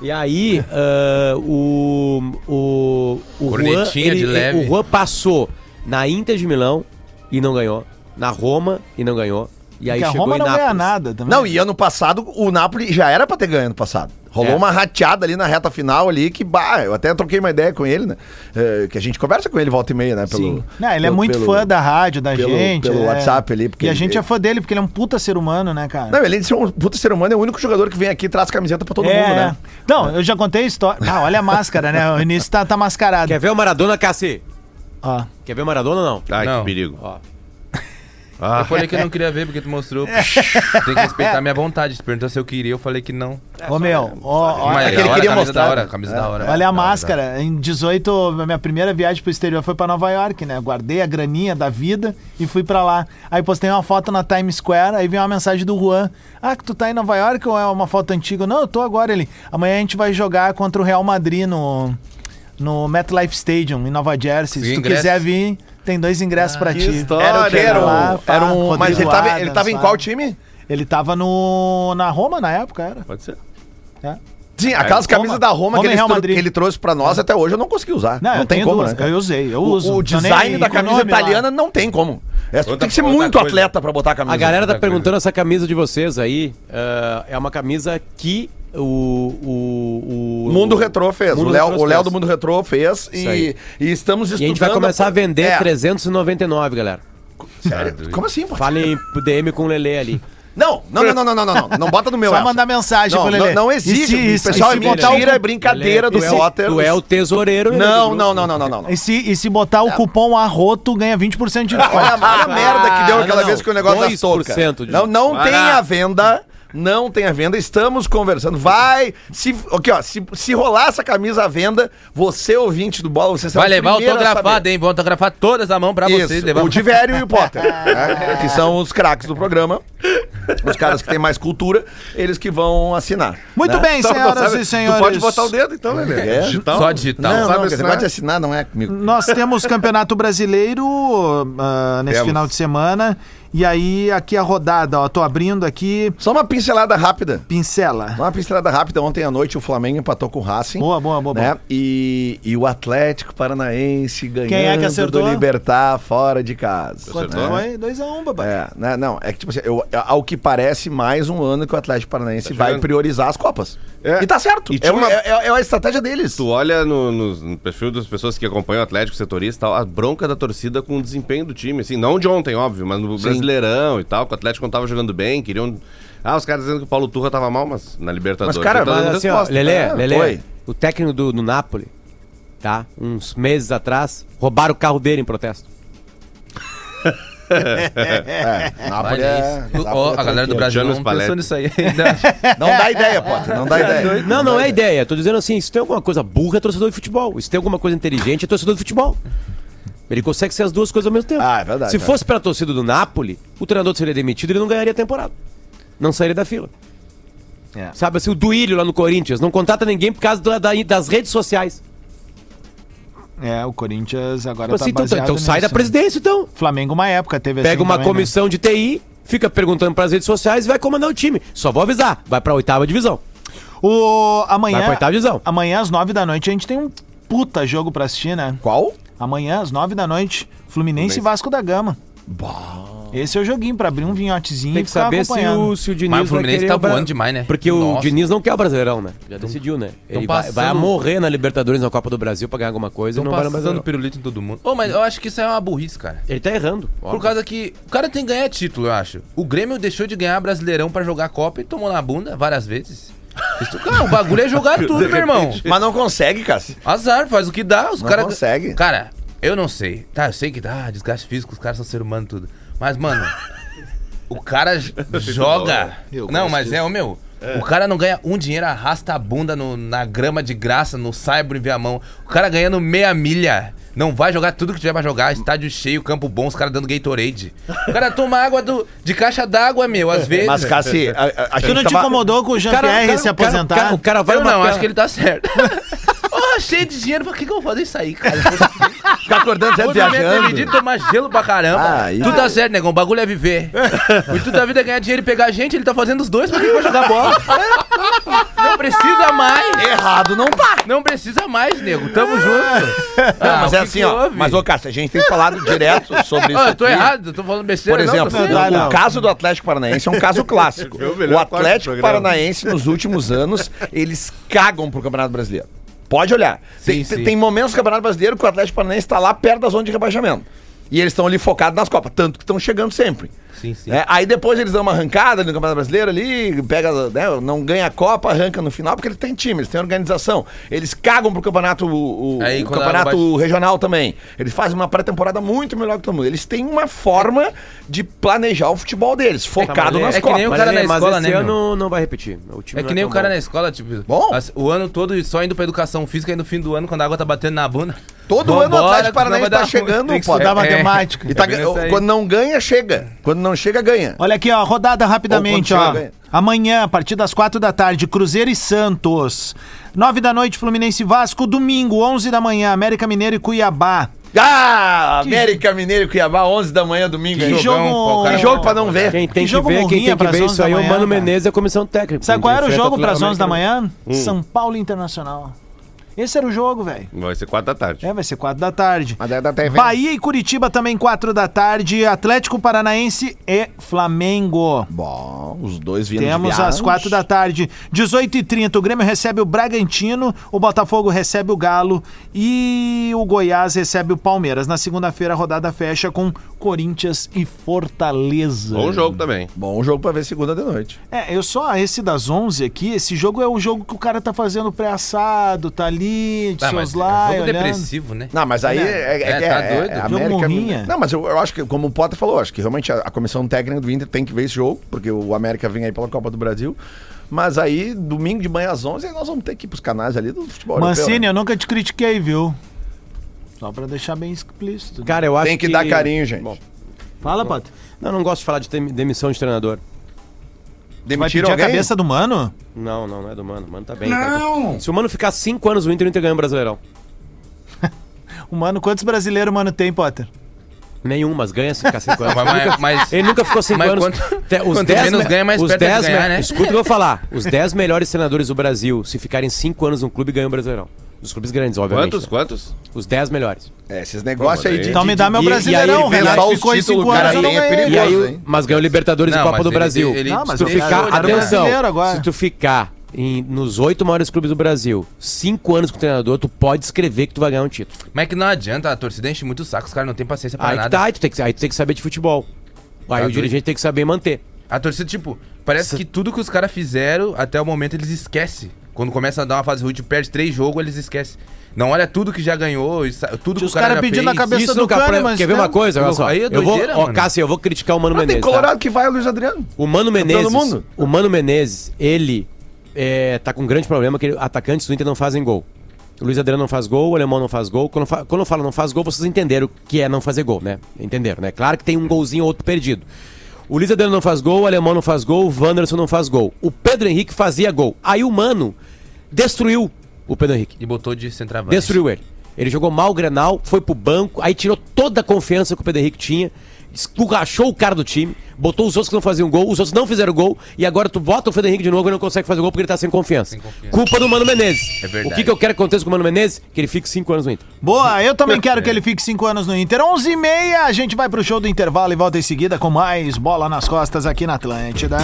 [SPEAKER 5] E aí, ah, o. O. O Juan,
[SPEAKER 4] Cornetinha de
[SPEAKER 5] ele-
[SPEAKER 4] leve.
[SPEAKER 5] o Juan passou na Inter de Milão e não ganhou. Na Roma e não ganhou. E aí
[SPEAKER 2] Porque a
[SPEAKER 5] chegou
[SPEAKER 2] Roma
[SPEAKER 5] em
[SPEAKER 2] não ganha
[SPEAKER 5] Nápoles.
[SPEAKER 2] nada também.
[SPEAKER 3] Não, e ano passado o Napoli já era pra ter ganho ano passado. Rolou
[SPEAKER 5] É.
[SPEAKER 3] uma rateada ali na reta final ali que, bah, eu até troquei uma ideia com ele, né? É, que a gente conversa com ele volta e meia, né? Pelo,
[SPEAKER 5] Sim.
[SPEAKER 2] Não, ele é
[SPEAKER 3] pelo-
[SPEAKER 2] muito
[SPEAKER 3] pelo-
[SPEAKER 2] fã da rádio, da
[SPEAKER 3] pelo-
[SPEAKER 2] gente.
[SPEAKER 3] pelo
[SPEAKER 2] é.
[SPEAKER 3] WhatsApp ali, porque
[SPEAKER 2] e a
[SPEAKER 3] ele-
[SPEAKER 2] gente é fã dele, porque ele é um puta ser humano, né, cara?
[SPEAKER 3] Não, além de ser um puta ser humano, é o único jogador que vem aqui e traz camiseta pra todo
[SPEAKER 2] é,
[SPEAKER 3] mundo, né?
[SPEAKER 2] é. Não, eu já contei a história. Ah, olha a máscara, né? O início tá, tá mascarado.
[SPEAKER 5] Quer ver o Maradona, Cassi?
[SPEAKER 2] Ó.
[SPEAKER 5] Quer ver o Maradona ou não?
[SPEAKER 6] Ai,
[SPEAKER 4] Não.
[SPEAKER 6] que perigo.
[SPEAKER 5] Ó.
[SPEAKER 6] Ah.
[SPEAKER 4] Eu falei que eu não queria ver porque tu mostrou. Tem que respeitar a minha vontade. Tu perguntou se eu queria, eu falei que não.
[SPEAKER 2] Ô, meu, ó, ó,
[SPEAKER 4] Mas
[SPEAKER 3] é que ele
[SPEAKER 4] da hora,
[SPEAKER 3] queria
[SPEAKER 4] camisa
[SPEAKER 3] mostrar,
[SPEAKER 4] Da hora,
[SPEAKER 3] né?
[SPEAKER 4] camisa da hora.
[SPEAKER 2] olha
[SPEAKER 4] Da
[SPEAKER 2] a
[SPEAKER 4] hora.
[SPEAKER 2] máscara. Em 18, a minha primeira viagem pro exterior foi pra Nova York, né? Guardei a graninha da vida e fui pra lá. Aí postei uma foto na Times Square, aí veio uma mensagem do Juan. Ah, que tu tá em Nova York ou é uma foto antiga? Não, eu tô agora ele. Amanhã a gente vai jogar contra o Real Madrid no, no MetLife Stadium, em Nova Jersey. Se
[SPEAKER 4] Tem
[SPEAKER 2] tu
[SPEAKER 4] ingresso?
[SPEAKER 2] quiser vir, tem dois ingressos pra ti.
[SPEAKER 3] Era o que era, um-
[SPEAKER 2] Lá, pá,
[SPEAKER 3] era um. Mas
[SPEAKER 2] Rodrigo
[SPEAKER 3] ele tava,
[SPEAKER 2] Adams,
[SPEAKER 3] ele tava em
[SPEAKER 2] lá.
[SPEAKER 3] qual time?
[SPEAKER 2] Ele tava no, na Roma na época, era.
[SPEAKER 6] Pode ser.
[SPEAKER 3] Sim, aquelas
[SPEAKER 2] Roma.
[SPEAKER 3] camisas da Roma,
[SPEAKER 2] Roma
[SPEAKER 3] que,
[SPEAKER 2] e
[SPEAKER 3] ele
[SPEAKER 2] É, Real
[SPEAKER 3] tro-
[SPEAKER 2] Madrid. É.
[SPEAKER 3] que ele trouxe pra nós até hoje eu não consegui usar.
[SPEAKER 2] Não,
[SPEAKER 3] Não,
[SPEAKER 2] eu
[SPEAKER 3] tem
[SPEAKER 2] tenho
[SPEAKER 3] como,
[SPEAKER 2] duas.
[SPEAKER 3] né? cara?
[SPEAKER 2] Eu usei, eu
[SPEAKER 3] O-
[SPEAKER 2] uso.
[SPEAKER 3] O,
[SPEAKER 2] Eu
[SPEAKER 3] design
[SPEAKER 2] nem-
[SPEAKER 3] da
[SPEAKER 2] com o
[SPEAKER 3] camisa
[SPEAKER 2] nome lá.
[SPEAKER 3] italiana não tem como. É, tu
[SPEAKER 6] Outra-
[SPEAKER 3] tem que ser
[SPEAKER 6] outra
[SPEAKER 3] muito
[SPEAKER 6] coisa.
[SPEAKER 3] atleta pra botar a camisa.
[SPEAKER 5] A galera tá
[SPEAKER 6] Outra coisa.
[SPEAKER 5] perguntando essa camisa de vocês aí. ah, é uma camisa que o. o, o
[SPEAKER 3] Mundo
[SPEAKER 5] o-
[SPEAKER 3] Retrô fez.
[SPEAKER 5] Mundo
[SPEAKER 3] o Léo,
[SPEAKER 5] Retrô
[SPEAKER 3] o Léo
[SPEAKER 5] fez.
[SPEAKER 3] do Mundo Retrô fez e,
[SPEAKER 5] aí.
[SPEAKER 3] e estamos estudando.
[SPEAKER 5] E a gente vai começar a vender
[SPEAKER 3] É,
[SPEAKER 5] 399, galera.
[SPEAKER 3] sério? Como assim? pô?
[SPEAKER 5] Falem pro DM com o Lele ali.
[SPEAKER 3] Não, não, não, não, não, não, não, não. Não bota no meu.
[SPEAKER 2] Só
[SPEAKER 3] essa.
[SPEAKER 2] mandar mensagem
[SPEAKER 3] não,
[SPEAKER 2] pro Lelê.
[SPEAKER 3] Não, não existe.
[SPEAKER 2] E se- e
[SPEAKER 3] o
[SPEAKER 2] se-
[SPEAKER 3] pessoal
[SPEAKER 2] e
[SPEAKER 3] é
[SPEAKER 2] se botar
[SPEAKER 3] mentira,
[SPEAKER 2] o-
[SPEAKER 3] é brincadeira do
[SPEAKER 5] Lelê, tu é o-
[SPEAKER 3] Potter.
[SPEAKER 5] Tu é o tesoureiro, Lelê, do
[SPEAKER 3] Não,
[SPEAKER 5] grupo.
[SPEAKER 3] não, não, não, não, não. não.
[SPEAKER 2] E se, e se botar
[SPEAKER 5] Tá.
[SPEAKER 2] o cupom arroto, ganha 20% de
[SPEAKER 3] Olha
[SPEAKER 2] desconto.
[SPEAKER 3] a,
[SPEAKER 4] Ah,
[SPEAKER 3] olha a merda que deu
[SPEAKER 5] não,
[SPEAKER 3] aquela
[SPEAKER 5] não.
[SPEAKER 3] vez que o negócio da
[SPEAKER 5] 2%
[SPEAKER 3] touca.
[SPEAKER 5] de-
[SPEAKER 3] Não, não
[SPEAKER 6] Vai
[SPEAKER 3] tem
[SPEAKER 6] lá.
[SPEAKER 3] a venda. Não tem a venda, estamos conversando. Vai. Se, aqui, ó, se, se rolar essa camisa à venda, você, ouvinte do bola, você será
[SPEAKER 4] Vai
[SPEAKER 3] o
[SPEAKER 4] levar
[SPEAKER 3] Então, primeiro a
[SPEAKER 4] autografado,
[SPEAKER 3] saber.
[SPEAKER 4] hein? Vão autografar todas a mão pra vocês.
[SPEAKER 3] Isso,
[SPEAKER 4] Levar...
[SPEAKER 3] o Tiverio e o Potter, né, que são os craques do programa. Os caras que têm mais cultura, eles que vão assinar.
[SPEAKER 2] Muito
[SPEAKER 3] né?
[SPEAKER 2] bem,
[SPEAKER 6] Então, tu
[SPEAKER 2] senhoras
[SPEAKER 6] sabe-
[SPEAKER 2] e senhores.
[SPEAKER 6] Tu pode botar o dedo então, Lelê.
[SPEAKER 3] É.
[SPEAKER 6] Digital.
[SPEAKER 4] Só digital.
[SPEAKER 3] Não,
[SPEAKER 6] sabe
[SPEAKER 3] não, esse
[SPEAKER 6] assinar?
[SPEAKER 3] negócio de assinar não é comigo.
[SPEAKER 2] Nós temos Campeonato Brasileiro ah, nesse
[SPEAKER 6] Temos.
[SPEAKER 2] final de semana. E aí, aqui a rodada, ó. Tô abrindo aqui.
[SPEAKER 3] Só uma pincelada rápida.
[SPEAKER 2] Pincela.
[SPEAKER 3] Uma pincelada rápida, ontem à noite o Flamengo empatou com o Racing.
[SPEAKER 2] Boa, boa, boa,
[SPEAKER 3] Né?
[SPEAKER 2] boa.
[SPEAKER 3] E, e o Atlético Paranaense ganhando
[SPEAKER 2] Quem é que acertou?
[SPEAKER 3] do Libertar fora de casa.
[SPEAKER 2] Quanto
[SPEAKER 3] né?
[SPEAKER 2] foi? 2x1, um, babai.
[SPEAKER 3] É, né? não, é que tipo assim, eu- ao que parece, mais um ano que o Atlético Paranaense vai
[SPEAKER 6] jogando.
[SPEAKER 3] priorizar as Copas.
[SPEAKER 6] É.
[SPEAKER 3] E tá certo.
[SPEAKER 6] E
[SPEAKER 3] é,
[SPEAKER 6] tinha
[SPEAKER 3] uma,
[SPEAKER 6] uma-
[SPEAKER 3] é- é a estratégia deles.
[SPEAKER 6] Tu olha no, nos- no perfil das pessoas que acompanham o Atlético, setorista e tal, a bronca da torcida com o desempenho do time, assim, não de ontem, óbvio, mas no Brasileirão e tal, que o Atlético não tava jogando bem, queriam... Ah, os caras dizendo que o Paulo Turra tava mal, mas na Libertadores...
[SPEAKER 3] Mas, cara,
[SPEAKER 6] ele tá
[SPEAKER 3] mas
[SPEAKER 6] dando
[SPEAKER 5] Assim, ó,
[SPEAKER 6] resposta.
[SPEAKER 5] Lelê,
[SPEAKER 3] É,
[SPEAKER 5] Lelê,
[SPEAKER 3] foi.
[SPEAKER 5] o técnico do, do Napoli, tá? Uns meses atrás, roubaram o carro dele em protesto.
[SPEAKER 3] É, Napoli é- Napoli
[SPEAKER 4] Ó,
[SPEAKER 3] é
[SPEAKER 4] a galera do
[SPEAKER 3] tranquilo.
[SPEAKER 4] Brasil
[SPEAKER 6] Giannis
[SPEAKER 4] não pensou
[SPEAKER 6] Paletti.
[SPEAKER 4] nisso aí ainda.
[SPEAKER 3] Não dá ideia, Potter. Não dá ideia.
[SPEAKER 5] Não, não é ideia. Tô dizendo assim, se tem alguma coisa burra, é torcedor de futebol. Se tem alguma coisa inteligente, é torcedor de futebol. Ele consegue ser as duas coisas ao mesmo tempo.
[SPEAKER 3] Ah, é verdade,
[SPEAKER 5] Se
[SPEAKER 3] né?
[SPEAKER 5] fosse pela torcida do Napoli, o treinador seria demitido e ele não ganharia a temporada. não sairia da fila.
[SPEAKER 2] É.
[SPEAKER 5] Sabe assim, o Duílio lá no Corinthians, não contrata ninguém por causa da- da- das redes sociais.
[SPEAKER 2] Tá É, o Corinthians agora
[SPEAKER 5] Tipo
[SPEAKER 2] tá
[SPEAKER 5] assim, então,
[SPEAKER 2] baseado
[SPEAKER 5] então sai da
[SPEAKER 2] nisso, né?
[SPEAKER 5] presidência, então.
[SPEAKER 2] Flamengo uma época teve
[SPEAKER 5] Pega
[SPEAKER 2] assim
[SPEAKER 5] uma
[SPEAKER 2] também, né?
[SPEAKER 5] comissão de TI, fica perguntando pras redes sociais e vai comandar o time. Só vou avisar, vai pra oitava divisão.
[SPEAKER 2] O amanhã,
[SPEAKER 5] Vai pra oitava divisão.
[SPEAKER 2] amanhã às nove da noite a gente tem um puta jogo pra assistir, né?
[SPEAKER 3] Qual?
[SPEAKER 2] Amanhã às nove da noite, Fluminense e Vasco da Gama. Esse é o joguinho pra abrir um vinhotezinho
[SPEAKER 5] Tem
[SPEAKER 2] e
[SPEAKER 5] que
[SPEAKER 2] ficar
[SPEAKER 5] saber se
[SPEAKER 2] acompanhando.
[SPEAKER 5] o, se o Diniz
[SPEAKER 4] Mas o
[SPEAKER 5] vai
[SPEAKER 4] Fluminense
[SPEAKER 5] querer
[SPEAKER 4] tá
[SPEAKER 5] o Bra-
[SPEAKER 4] voando demais, né?
[SPEAKER 5] Porque o
[SPEAKER 4] Nossa.
[SPEAKER 5] Diniz não quer o Brasileirão, né? Já decidiu, né? Ele vai,
[SPEAKER 4] passando-
[SPEAKER 5] vai morrer na Libertadores, na Copa do Brasil pra ganhar alguma coisa e não vai no
[SPEAKER 4] passando
[SPEAKER 5] Brasileirão.
[SPEAKER 4] pirulito em todo mundo. Ô, mas eu acho que isso é uma burrice, cara.
[SPEAKER 5] Ele tá errando.
[SPEAKER 4] Por causa que o cara tem que ganhar título, eu acho. O Grêmio deixou de ganhar Brasileirão pra jogar Copa e tomou na bunda várias vezes. Isso- Cara, o bagulho é jogar tudo, meu irmão.
[SPEAKER 3] Mas não consegue, Cássio.
[SPEAKER 4] Azar, faz o que dá. Os
[SPEAKER 3] Não
[SPEAKER 4] caras
[SPEAKER 3] consegue.
[SPEAKER 4] Cara, eu não sei. Tá, eu sei que dá, desgaste físico, os caras são ser humano tudo. Mas, mano, o cara j- joga. não, mas é o meu. O cara não ganha um dinheiro, arrasta a bunda no- na grama de graça, no saibro em Viamão. O cara ganhando meia milha. Não vai jogar tudo que tiver pra jogar, estádio cheio, campo bom, os caras dando Gatorade. O cara toma água do- de caixa d'água, meu, às vezes.
[SPEAKER 3] Mas, Cássio, a, a, a
[SPEAKER 2] Tu não te incomodou com o Jean-Pierre se aposentar?
[SPEAKER 5] O cara, o cara vai
[SPEAKER 4] eu não,
[SPEAKER 5] bater-
[SPEAKER 4] acho que ele tá certo. oh, cheio de dinheiro, pra que, que eu vou fazer isso aí, cara?
[SPEAKER 3] Ficar acordando, já
[SPEAKER 4] Vou na minha televisão
[SPEAKER 3] Tá viajando.
[SPEAKER 4] tomar gelo pra caramba.
[SPEAKER 3] Ah, isso.
[SPEAKER 4] tu tá certo, negão. O bagulho é viver. O intuito da vida é ganhar dinheiro e pegar gente. Ele tá fazendo os dois pra quem vai jogar bola. Não precisa mais.
[SPEAKER 3] Errado não tá.
[SPEAKER 4] Não precisa mais, nego.
[SPEAKER 3] É,
[SPEAKER 4] Tamo junto.
[SPEAKER 3] Não,
[SPEAKER 4] Ah,
[SPEAKER 3] mas
[SPEAKER 4] o
[SPEAKER 3] é
[SPEAKER 4] que
[SPEAKER 3] assim,
[SPEAKER 4] que
[SPEAKER 3] ó.
[SPEAKER 4] houve?
[SPEAKER 3] Mas, ô, Cássio, a gente tem falado direto sobre isso.
[SPEAKER 4] Ó, eu tô
[SPEAKER 3] aqui.
[SPEAKER 4] errado, eu tô falando besteira.
[SPEAKER 3] Por exemplo,
[SPEAKER 4] não, tô certo.
[SPEAKER 3] o,
[SPEAKER 2] não.
[SPEAKER 3] o caso do Atlético Paranaense é um caso clássico.
[SPEAKER 6] Foi o melhor
[SPEAKER 3] o
[SPEAKER 6] corte do
[SPEAKER 3] Atlético
[SPEAKER 6] programa.
[SPEAKER 3] Paranaense, nos últimos anos, eles cagam pro Campeonato Brasileiro. Pode olhar. tem,
[SPEAKER 4] sim.
[SPEAKER 3] tem momentos do Campeonato Brasileiro que o Atlético Paranaense tá lá perto da zona de rebaixamento. E eles estão ali focados nas Copas, tanto que estão chegando sempre.
[SPEAKER 4] Sim, sim.
[SPEAKER 3] É, aí depois eles dão uma arrancada no Campeonato Brasileiro ali, pega, né, não ganha a Copa, arranca no final, porque eles têm time, eles têm organização. Eles cagam pro campeonato, o, o-
[SPEAKER 4] Aí,
[SPEAKER 3] o
[SPEAKER 4] quando a água
[SPEAKER 3] campeonato
[SPEAKER 4] bate-
[SPEAKER 3] o regional também. Eles fazem uma pré-temporada muito melhor que todo mundo. Eles têm uma forma de planejar o futebol deles, focado
[SPEAKER 5] mas é-
[SPEAKER 3] nas
[SPEAKER 5] é
[SPEAKER 4] que nem
[SPEAKER 3] Copas.
[SPEAKER 4] o
[SPEAKER 5] Mas,
[SPEAKER 4] cara
[SPEAKER 5] é,
[SPEAKER 4] na
[SPEAKER 5] mas
[SPEAKER 4] escola,
[SPEAKER 5] esse
[SPEAKER 4] né, meu?
[SPEAKER 5] ano não vai repetir. O time
[SPEAKER 4] É
[SPEAKER 5] não
[SPEAKER 4] que nem
[SPEAKER 5] tão
[SPEAKER 4] o cara
[SPEAKER 5] bom.
[SPEAKER 4] na escola, tipo,
[SPEAKER 3] Bom.
[SPEAKER 4] as- o ano todo só indo pra educação física e no fim do ano, quando a água tá batendo na bunda.
[SPEAKER 3] Todo
[SPEAKER 4] vambora,
[SPEAKER 3] ano o Atlético
[SPEAKER 4] que senão vai
[SPEAKER 3] Paranaense
[SPEAKER 4] dar
[SPEAKER 3] tá
[SPEAKER 4] ruim.
[SPEAKER 3] chegando,
[SPEAKER 2] Tem que
[SPEAKER 3] pô.
[SPEAKER 2] estudar
[SPEAKER 3] É-
[SPEAKER 2] matemática.
[SPEAKER 3] e tá
[SPEAKER 4] É bem
[SPEAKER 3] ga-
[SPEAKER 4] isso aí.
[SPEAKER 3] quando não ganha, chega. Quando não chega, ganha.
[SPEAKER 2] Olha aqui, ó, rodada rapidamente,
[SPEAKER 3] Ou quando
[SPEAKER 2] ó.
[SPEAKER 5] é-
[SPEAKER 3] chega, ganha.
[SPEAKER 2] Amanhã, a partir das quatro da tarde, Cruzeiro e Santos. Nove da noite, Fluminense e Vasco. Domingo, 11 da manhã, América Mineiro e Cuiabá.
[SPEAKER 3] Ah, América Mineiro e Cuiabá, 11 da manhã, domingo. é
[SPEAKER 2] Que
[SPEAKER 3] hein?
[SPEAKER 4] jogão, pô,
[SPEAKER 2] jogo...
[SPEAKER 4] cara.
[SPEAKER 3] Que jogo pra não ver.
[SPEAKER 5] Quem tem que,
[SPEAKER 2] jogo
[SPEAKER 5] ver, quem
[SPEAKER 2] morrinha
[SPEAKER 5] tem que
[SPEAKER 2] pras
[SPEAKER 5] ver
[SPEAKER 2] 11
[SPEAKER 5] isso aí é
[SPEAKER 2] da
[SPEAKER 5] o
[SPEAKER 2] manhã,
[SPEAKER 5] Mano
[SPEAKER 2] cara.
[SPEAKER 5] Menezes e a comissão técnica.
[SPEAKER 2] Sabe qual era o
[SPEAKER 5] Enfrenta
[SPEAKER 2] jogo para as
[SPEAKER 5] Atlético
[SPEAKER 2] 11 da
[SPEAKER 5] Mineiro.
[SPEAKER 2] manhã? São Paulo Internacional. Esse era o jogo, velho.
[SPEAKER 6] Vai ser quatro da tarde.
[SPEAKER 2] É, vai ser 4 da tarde.
[SPEAKER 3] Mas é da TV.
[SPEAKER 2] Bahia e Curitiba também 4 da tarde. Atlético Paranaense e Flamengo.
[SPEAKER 3] Bom, os dois vindo
[SPEAKER 2] Temos às 4 da tarde. 18h30, o Grêmio recebe o Bragantino, o Botafogo recebe o Galo e o Goiás recebe o Palmeiras. Na segunda-feira, a rodada fecha com Corinthians e Fortaleza.
[SPEAKER 6] Bom jogo também.
[SPEAKER 3] Bom jogo pra ver segunda de noite.
[SPEAKER 2] É, eu só, esse das 11 aqui, esse jogo é o jogo que o cara tá fazendo pré-assado, tá ali, de
[SPEAKER 4] Ah, mas
[SPEAKER 2] seus
[SPEAKER 4] é um
[SPEAKER 2] lá,
[SPEAKER 4] jogo
[SPEAKER 2] olhando.
[SPEAKER 4] depressivo, né?
[SPEAKER 3] Não, mas aí
[SPEAKER 2] Né?
[SPEAKER 3] é, é,
[SPEAKER 4] É,
[SPEAKER 3] que
[SPEAKER 4] tá doido.
[SPEAKER 3] é
[SPEAKER 2] Jogo
[SPEAKER 3] América
[SPEAKER 2] morrinha.
[SPEAKER 3] Não, mas eu, eu acho que, como o Potter falou, acho que realmente a, a comissão técnica do Inter tem que ver esse jogo, porque o América vem aí pela Copa do Brasil. Mas aí, domingo de manhã às 11, aí nós vamos ter que ir pros canais ali do futebol europeu,
[SPEAKER 2] Mancini,
[SPEAKER 3] né?
[SPEAKER 2] eu nunca te critiquei, viu? Só pra deixar bem explícito.
[SPEAKER 5] Cara, eu acho
[SPEAKER 3] Tem que, dar carinho, gente.
[SPEAKER 2] Fala, Pato.
[SPEAKER 5] Não, não gosto de falar de tem- demissão de treinador.
[SPEAKER 2] Vai pedir
[SPEAKER 3] Demitiram
[SPEAKER 2] a
[SPEAKER 3] alguém?
[SPEAKER 2] cabeça do mano?
[SPEAKER 5] Não, não, não é do Mano. O Mano tá bem. Não! Se o Mano ficar 5 anos no Inter, o Inter ganha o Brasileirão.
[SPEAKER 2] O mano, quantos brasileiros o mano tem, Potter?
[SPEAKER 5] Nenhum, mas ganha se ficar 5 anos.
[SPEAKER 4] Mas- mas- mas-
[SPEAKER 5] Ele nunca ficou 5
[SPEAKER 4] Mas
[SPEAKER 5] anos.
[SPEAKER 4] quanto-
[SPEAKER 5] Te- os
[SPEAKER 4] quanto
[SPEAKER 5] 10
[SPEAKER 4] menos
[SPEAKER 5] me-
[SPEAKER 4] ganha, mais
[SPEAKER 5] os
[SPEAKER 4] perto é de
[SPEAKER 5] 10
[SPEAKER 4] ganhar,
[SPEAKER 5] me-
[SPEAKER 4] né?
[SPEAKER 5] Escuta o que eu vou falar. Os 10 melhores treinadores do Brasil, se ficarem 5 anos no clube, ganham o Brasileirão. Dos clubes grandes, obviamente.
[SPEAKER 6] Quantos?
[SPEAKER 5] né?
[SPEAKER 6] Quantos?
[SPEAKER 5] Os 10 melhores.
[SPEAKER 3] É, esses negócios aí de.
[SPEAKER 2] Então
[SPEAKER 3] de-
[SPEAKER 2] me dá
[SPEAKER 3] de-
[SPEAKER 2] meu
[SPEAKER 3] e- e aí
[SPEAKER 2] brasileirão,
[SPEAKER 3] ele vem
[SPEAKER 2] Renato
[SPEAKER 3] só os
[SPEAKER 2] ficou em
[SPEAKER 3] títulos,
[SPEAKER 2] cinco
[SPEAKER 3] o cara
[SPEAKER 2] anos, eu não
[SPEAKER 3] tem, é
[SPEAKER 2] ganhei.
[SPEAKER 5] E aí,
[SPEAKER 3] perigoso, hein?
[SPEAKER 5] mas ganhou Libertadores e
[SPEAKER 4] Não,
[SPEAKER 5] Copa
[SPEAKER 4] mas
[SPEAKER 5] do
[SPEAKER 4] ele-
[SPEAKER 5] Brasil.
[SPEAKER 4] ele-
[SPEAKER 2] Não, mas
[SPEAKER 5] se tu
[SPEAKER 2] ele
[SPEAKER 5] ficar,
[SPEAKER 2] deixou de
[SPEAKER 5] atenção,
[SPEAKER 2] brasileiro agora.
[SPEAKER 5] se tu ficar em- nos oito maiores clubes do Brasil, cinco anos com o treinador, tu pode escrever que tu vai ganhar um título.
[SPEAKER 4] Mas é que não adianta, a torcida enche muito o saco, os caras não têm paciência pra
[SPEAKER 5] Aí que
[SPEAKER 4] nada.
[SPEAKER 5] tá, aí tu tem que, aí tu tem que saber de futebol. Aí o
[SPEAKER 4] doido.
[SPEAKER 5] dirigente tem que saber manter.
[SPEAKER 4] A torcida, tipo, parece que tudo que os caras fizeram até o momento eles esquecem. Quando começa a dar uma fase ruim, tipo, perde três jogos, eles esquecem. Não olha tudo que já ganhou, e sa- tudo que
[SPEAKER 2] Os
[SPEAKER 4] o cara
[SPEAKER 2] caras
[SPEAKER 4] já
[SPEAKER 2] pedindo
[SPEAKER 4] fez.
[SPEAKER 2] na cabeça
[SPEAKER 5] Isso
[SPEAKER 2] do
[SPEAKER 5] nunca
[SPEAKER 2] Kahneman,
[SPEAKER 5] pra-
[SPEAKER 2] mas
[SPEAKER 5] Quer ver
[SPEAKER 2] né?
[SPEAKER 5] uma coisa? Olha só.
[SPEAKER 4] Aí é
[SPEAKER 5] eu vou,
[SPEAKER 4] doideira,
[SPEAKER 5] ó,
[SPEAKER 4] mano.
[SPEAKER 5] Cássio, eu vou criticar o Mano
[SPEAKER 3] Mas tem
[SPEAKER 5] Menezes. tá?
[SPEAKER 3] Colorado que vai o Luiz Adriano.
[SPEAKER 5] O Mano Menezes.
[SPEAKER 3] mundo.
[SPEAKER 5] O Mano Menezes, ele é, tá com um grande problema que ele- atacantes do Inter não fazem gol. O Luiz Adriano não faz gol, o Alemão não faz gol. Quando, fa- quando eu falo não faz gol, vocês entenderam o que é não fazer gol, né? Entenderam, né? Claro que tem um golzinho ou outro perdido. O Luiz Adriano não faz gol, o Alemão não faz gol, o Wanderson não faz gol. O Pedro Henrique fazia gol. Aí o Mano destruiu o Pedro Henrique.
[SPEAKER 4] E botou de centroavante.
[SPEAKER 5] Destruiu ele. Ele jogou mal o Grenal, foi pro banco, aí tirou toda a confiança que o Pedro Henrique tinha, escurrachou o cara do time, botou os outros que não faziam gol, os outros não fizeram gol, e agora tu bota o Pedro Henrique de novo e não consegue fazer gol porque ele tá sem confiança.
[SPEAKER 4] Sem confiança.
[SPEAKER 5] Culpa do Mano Menezes.
[SPEAKER 4] É verdade.
[SPEAKER 5] O que, que eu quero que aconteça com o Mano Menezes? Que ele fique cinco anos no Inter.
[SPEAKER 2] Boa, eu
[SPEAKER 3] É.
[SPEAKER 2] também quero que ele fique 5 anos no Inter. 11 e meia, a gente vai pro show do intervalo e volta em seguida com mais bola nas costas aqui na Atlântida.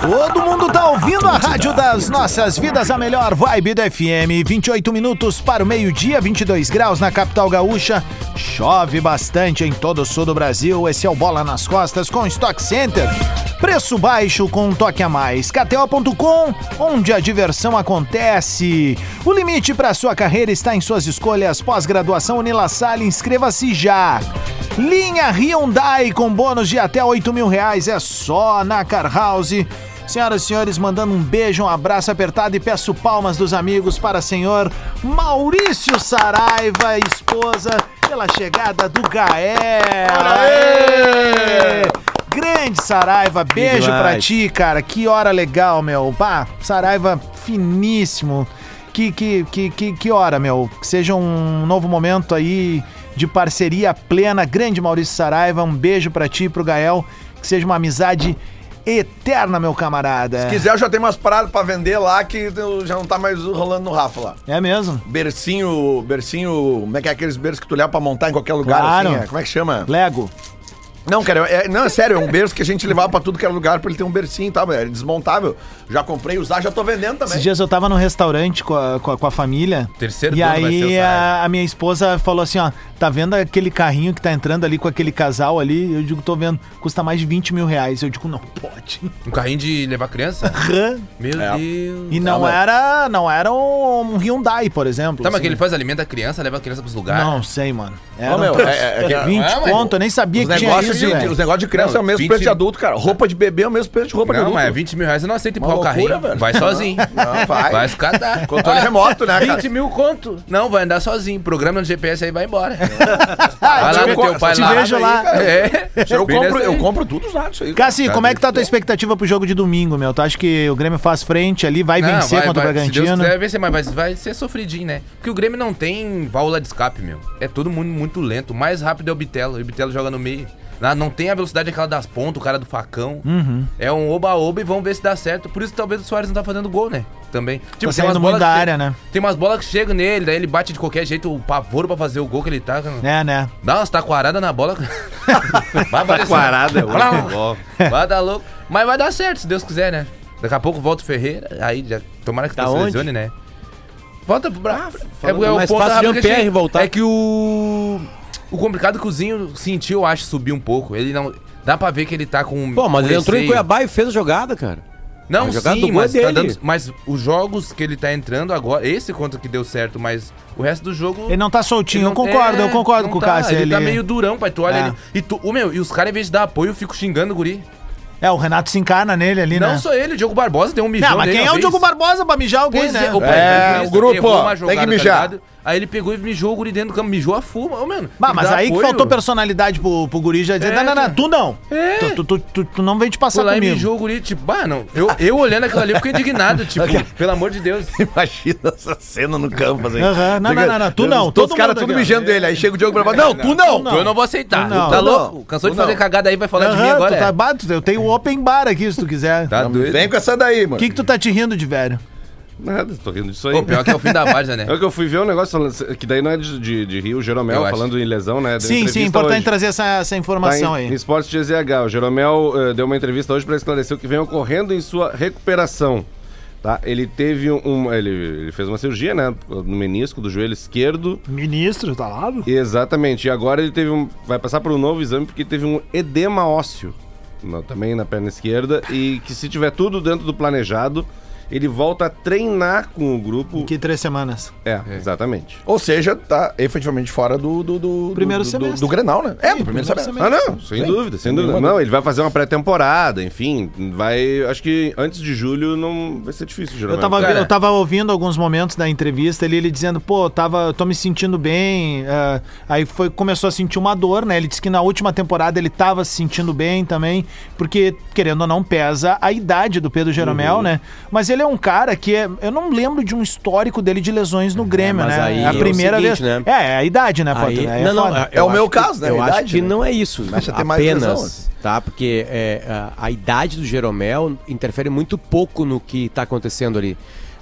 [SPEAKER 2] Todo mundo tá ouvindo a Rádio das Nossas Vidas, a melhor vibe do FM. 28 minutos para o meio-dia, 22 graus na capital gaúcha. Chove bastante em todo o sul do Brasil. Esse é o Bola nas Costas com Stock Center. Preço baixo com um toque a mais. KTO.com, onde a diversão acontece. O limite para sua carreira está em suas escolhas. Pós-graduação Unilassalle, inscreva-se já. Linha Hyundai com bônus de até 8 mil reais. É só na Car House. Senhoras e senhores, mandando um beijo, um abraço apertado e peço palmas dos amigos para senhor Maurício Saraiva, esposa, pela chegada do Gael. Grande Saraiva, beijo pra
[SPEAKER 5] demais.
[SPEAKER 2] ti, cara. Que hora legal, meu. Bah, Saraiva finíssimo. Que, que, que, que, que hora, meu. Que seja um novo momento aí de parceria plena. Grande Maurício Saraiva, um beijo pra ti e pro Gael. Que seja uma amizade eterna, meu camarada.
[SPEAKER 3] Se quiser, eu já tenho umas paradas pra vender lá que eu já não tá mais rolando no Rafa lá.
[SPEAKER 2] É mesmo.
[SPEAKER 3] Bercinho, bercinho, como é que é aqueles berços que tu leva pra montar em qualquer lugar?
[SPEAKER 2] Claro.
[SPEAKER 3] Assim, é? Como é que
[SPEAKER 4] Ah.
[SPEAKER 3] chama?
[SPEAKER 2] Lego.
[SPEAKER 3] Não, cara, é, não, é sério, é um berço que a gente levava pra tudo que era lugar pra ele ter um bercinho e tal, é desmontável. Já comprei, usar, já tô vendendo também.
[SPEAKER 2] Esses dias eu tava num restaurante com a, com a, com a família.
[SPEAKER 4] Terceiro
[SPEAKER 2] E
[SPEAKER 4] dono vai ser o
[SPEAKER 2] aí
[SPEAKER 4] Saraiva.
[SPEAKER 2] a, a minha esposa falou assim: ó, tá vendo aquele carrinho que tá entrando ali com aquele casal ali? Eu digo, tô vendo, custa mais de 20 mil reais. Eu digo, não pode.
[SPEAKER 4] Um carrinho de levar criança? Meu
[SPEAKER 3] É.
[SPEAKER 4] Deus.
[SPEAKER 2] E não era. Não era um Hyundai, por exemplo.
[SPEAKER 4] Tá, mas Ah.
[SPEAKER 2] assim.
[SPEAKER 4] que ele faz alimenta a criança, leva a criança pros lugares.
[SPEAKER 2] Não sei, mano. Era
[SPEAKER 3] Ô, meu,
[SPEAKER 2] um
[SPEAKER 3] é- é- é que-
[SPEAKER 2] 20
[SPEAKER 4] Ah, mas-
[SPEAKER 2] conto, eu nem sabia
[SPEAKER 3] Os
[SPEAKER 2] que tinha isso, né?
[SPEAKER 3] negócios, de,
[SPEAKER 2] velho.
[SPEAKER 3] os negócios de criança
[SPEAKER 4] Não,
[SPEAKER 3] é o mesmo
[SPEAKER 4] 20
[SPEAKER 3] preço de adulto, cara. Roupa de bebê é o mesmo preço de roupa de
[SPEAKER 4] Não,
[SPEAKER 3] adulto.
[SPEAKER 4] mas é 20 mil reais eu não aceito empurrar
[SPEAKER 3] Uma
[SPEAKER 4] o carrinho.
[SPEAKER 3] loucura, velho.
[SPEAKER 4] Vai sozinho.
[SPEAKER 3] Não, vai.
[SPEAKER 4] Vai se catar.
[SPEAKER 3] Controle remoto, né, cara?
[SPEAKER 4] 20 mil conto. Não, vai andar sozinho. Programa no GPS aí vai embora.
[SPEAKER 2] Ah,
[SPEAKER 4] vai Ah, lá
[SPEAKER 3] te
[SPEAKER 4] no teu
[SPEAKER 3] ve-
[SPEAKER 4] pai
[SPEAKER 2] te
[SPEAKER 4] lá.
[SPEAKER 2] vejo lá.
[SPEAKER 4] É.
[SPEAKER 3] Eu compro,
[SPEAKER 4] Beleza
[SPEAKER 3] eu
[SPEAKER 4] aí.
[SPEAKER 3] compro tudo usado isso aí.
[SPEAKER 2] Cassi,
[SPEAKER 4] Tá
[SPEAKER 2] como é que tá a tua expectativa pro jogo de domingo, meu? Tu acha que o Grêmio faz frente ali, vai
[SPEAKER 4] Não,
[SPEAKER 2] vencer
[SPEAKER 4] vai-
[SPEAKER 2] contra
[SPEAKER 4] vai-
[SPEAKER 2] o
[SPEAKER 4] Se Deus
[SPEAKER 2] Bragantino? né?
[SPEAKER 4] quiser, vai vencer, mas vai, vai ser sofridinho, né? Porque o Grêmio não tem válvula de escape, meu. É todo mundo muito lento. O mais rápido é o Bitelo. E o Bitelo joga no meio. Lá Não tem a velocidade aquela das pontas, o cara do facão.
[SPEAKER 2] Uhum.
[SPEAKER 4] É um oba-oba e vamos ver se dá certo. Por isso talvez o Soares não tá fazendo gol, né? Também. Tipo,
[SPEAKER 2] Tá saindo muito da
[SPEAKER 4] que
[SPEAKER 2] área,
[SPEAKER 4] chegam-
[SPEAKER 2] né?
[SPEAKER 4] Tem umas bolas que chegam nele, daí ele bate de qualquer jeito, o pavor pra fazer o gol que ele tá.
[SPEAKER 2] É, né?
[SPEAKER 4] Dá umas taquaradas na bola. vai aparecer.
[SPEAKER 5] é
[SPEAKER 6] Taquarada,
[SPEAKER 4] Plá.
[SPEAKER 6] futebol.
[SPEAKER 4] Vai dar louco. Mas vai dar certo, se Deus quiser, né? Daqui a pouco volta o Ferreira. Aí, já, tomara que
[SPEAKER 5] Tá
[SPEAKER 4] se
[SPEAKER 5] onde? Ah,
[SPEAKER 4] lesione, né? Volta pro Braga. é,
[SPEAKER 5] falando mais fácil de
[SPEAKER 4] rápido que
[SPEAKER 5] Ampere
[SPEAKER 4] chega.
[SPEAKER 5] voltar.
[SPEAKER 4] É que o... O complicado é que o Zinho sentiu, eu acho, subir um pouco. Ele não... Dá pra ver que ele tá com...
[SPEAKER 5] Pô, mas
[SPEAKER 4] com
[SPEAKER 5] ele entrou em
[SPEAKER 4] receio.
[SPEAKER 5] Cuiabá e fez a jogada, cara.
[SPEAKER 4] Não,
[SPEAKER 5] A jogada do
[SPEAKER 4] sim,
[SPEAKER 5] gol
[SPEAKER 4] mas,
[SPEAKER 5] é
[SPEAKER 4] tá
[SPEAKER 5] dele.
[SPEAKER 4] dando- mas os jogos que ele tá entrando agora... Esse contra que deu certo, mas o resto do jogo...
[SPEAKER 2] Ele não tá soltinho,
[SPEAKER 4] Ele
[SPEAKER 2] eu
[SPEAKER 4] não-
[SPEAKER 2] concordo,
[SPEAKER 4] é,
[SPEAKER 2] eu concordo
[SPEAKER 4] não
[SPEAKER 2] com o
[SPEAKER 4] tá,
[SPEAKER 2] Cássio.
[SPEAKER 4] Ele,
[SPEAKER 2] Ele,
[SPEAKER 4] tá meio durão, pai. Tu olha
[SPEAKER 2] É.
[SPEAKER 4] ele. E, tu, o meu, e os caras, em vez de dar apoio, ficam xingando o guri.
[SPEAKER 2] É, o Renato se encarna nele ali,
[SPEAKER 4] não
[SPEAKER 2] né?
[SPEAKER 4] só ele, o Diogo Barbosa deu um mijão.
[SPEAKER 2] Não, mas
[SPEAKER 4] nele
[SPEAKER 2] quem é
[SPEAKER 4] uma
[SPEAKER 2] o
[SPEAKER 4] vez.
[SPEAKER 2] Diogo Barbosa pra mijar alguém,
[SPEAKER 4] Pois
[SPEAKER 2] né?
[SPEAKER 4] é, o pai
[SPEAKER 3] É,
[SPEAKER 4] do Cristo
[SPEAKER 3] o grupo,
[SPEAKER 4] errou uma
[SPEAKER 3] tem
[SPEAKER 4] jogada, tá
[SPEAKER 3] que mijar.
[SPEAKER 4] ligado? aí ele pegou e mijou o guri dentro do campo, mijou a fuma. Ô, mano,
[SPEAKER 2] Bah,
[SPEAKER 4] tem
[SPEAKER 2] mas
[SPEAKER 4] dar
[SPEAKER 2] aí que
[SPEAKER 4] apoio.
[SPEAKER 2] faltou personalidade pro, pro guri já dizer,
[SPEAKER 4] É,
[SPEAKER 2] não, não, não,
[SPEAKER 4] cara.
[SPEAKER 2] tu não.
[SPEAKER 4] É.
[SPEAKER 2] Tu, tu, tu, tu- tu não vem te passar
[SPEAKER 4] Foi lá e
[SPEAKER 2] comigo.
[SPEAKER 4] mijou o guri, tipo, bah, não. Eu, eu olhando aquilo ali, eu fiquei indignado, tipo, pelo amor de Deus.
[SPEAKER 3] Imagina essa cena no campo, assim.
[SPEAKER 2] Aham, não, não, não, não, tu não,
[SPEAKER 3] Todos
[SPEAKER 2] todo
[SPEAKER 3] os caras
[SPEAKER 2] mundo
[SPEAKER 3] tudo
[SPEAKER 2] aqui, ó.
[SPEAKER 3] mijando ele. Aí chega o Diogo pra baixo. Não, tu não!
[SPEAKER 4] Eu não vou aceitar.
[SPEAKER 2] Não,
[SPEAKER 4] tá
[SPEAKER 2] não.
[SPEAKER 4] louco? Cansou de
[SPEAKER 3] Não.
[SPEAKER 4] fazer cagada aí, vai falar de mim
[SPEAKER 2] Aham,
[SPEAKER 4] agora.
[SPEAKER 2] tu
[SPEAKER 4] é.
[SPEAKER 2] tá, bah, tu- eu tenho open bar aqui, se tu quiser.
[SPEAKER 4] Tá doido.
[SPEAKER 3] Vem com essa daí, mano.
[SPEAKER 2] O que que tu tá te rindo de velho?
[SPEAKER 6] Nada, tô rindo disso aí.
[SPEAKER 4] Pô, pior que é o fim da página, né?
[SPEAKER 6] É que eu fui ver um negócio falando- que daí não é de, de, de Rio, o Jeromel
[SPEAKER 4] Eu acho.
[SPEAKER 6] falando em lesão, né? Deu
[SPEAKER 2] Sim, sim,
[SPEAKER 6] entrevista
[SPEAKER 2] importante
[SPEAKER 6] hoje.
[SPEAKER 2] trazer essa, essa
[SPEAKER 6] Tá
[SPEAKER 2] informação
[SPEAKER 6] em, em
[SPEAKER 2] aí.
[SPEAKER 6] Esporte GZH. O Jeromel eh, deu uma entrevista hoje para esclarecer o que vem ocorrendo em sua recuperação. Tá? Ele teve um. um- ele, ele fez uma cirurgia, né? No menisco do joelho esquerdo.
[SPEAKER 2] Ministro, tá lá?
[SPEAKER 6] Exatamente. E agora ele teve um. Vai passar por um novo exame porque teve um edema ósseo. na- também na perna esquerda. E que se tiver tudo dentro do planejado, ele volta a treinar com o grupo.
[SPEAKER 2] Que três semanas.
[SPEAKER 6] É, exatamente.
[SPEAKER 3] Ou seja, tá efetivamente fora do. do, do
[SPEAKER 2] Primeiro
[SPEAKER 3] do, do,
[SPEAKER 2] semestre.
[SPEAKER 3] do Grenal, né? É, do primeiro
[SPEAKER 2] primeiro
[SPEAKER 3] semestre.
[SPEAKER 2] semestre.
[SPEAKER 6] Ah, não, sem dúvida, sem dúvida. Não, ele vai fazer uma pré-temporada, enfim, vai, acho que antes de julho não vai ser difícil,
[SPEAKER 2] Eu
[SPEAKER 6] geralmente.
[SPEAKER 2] tava,
[SPEAKER 4] Cara.
[SPEAKER 2] eu tava ouvindo alguns momentos da entrevista ali, ele dizendo, pô, tava, tô me sentindo bem. ah, aí foi, começou a sentir uma dor, né? Ele disse que na última temporada ele tava se sentindo bem também, porque, querendo ou não, pesa a idade do Pedro Jeromel,
[SPEAKER 5] Uhum.
[SPEAKER 2] né? Mas ele é um cara que é- eu não lembro de um histórico dele de lesões no Grêmio,
[SPEAKER 5] mas
[SPEAKER 2] né?
[SPEAKER 5] aí
[SPEAKER 2] É a
[SPEAKER 5] é o
[SPEAKER 2] primeira
[SPEAKER 5] seguinte,
[SPEAKER 2] vez.
[SPEAKER 5] né?
[SPEAKER 2] É, é a idade, né,
[SPEAKER 5] Aí-
[SPEAKER 2] Potter? Aí
[SPEAKER 5] não, não,
[SPEAKER 2] foda.
[SPEAKER 5] eu
[SPEAKER 3] É o
[SPEAKER 5] acho
[SPEAKER 3] meu
[SPEAKER 5] que-
[SPEAKER 3] caso, na
[SPEAKER 5] Eu acho
[SPEAKER 3] verdade,
[SPEAKER 5] que
[SPEAKER 3] né?
[SPEAKER 5] não é isso.
[SPEAKER 3] Começa a ter mais lesão,
[SPEAKER 5] apenas,
[SPEAKER 3] né?
[SPEAKER 5] tá? Porque é, a, a idade do Jeromel interfere muito pouco no que tá acontecendo ali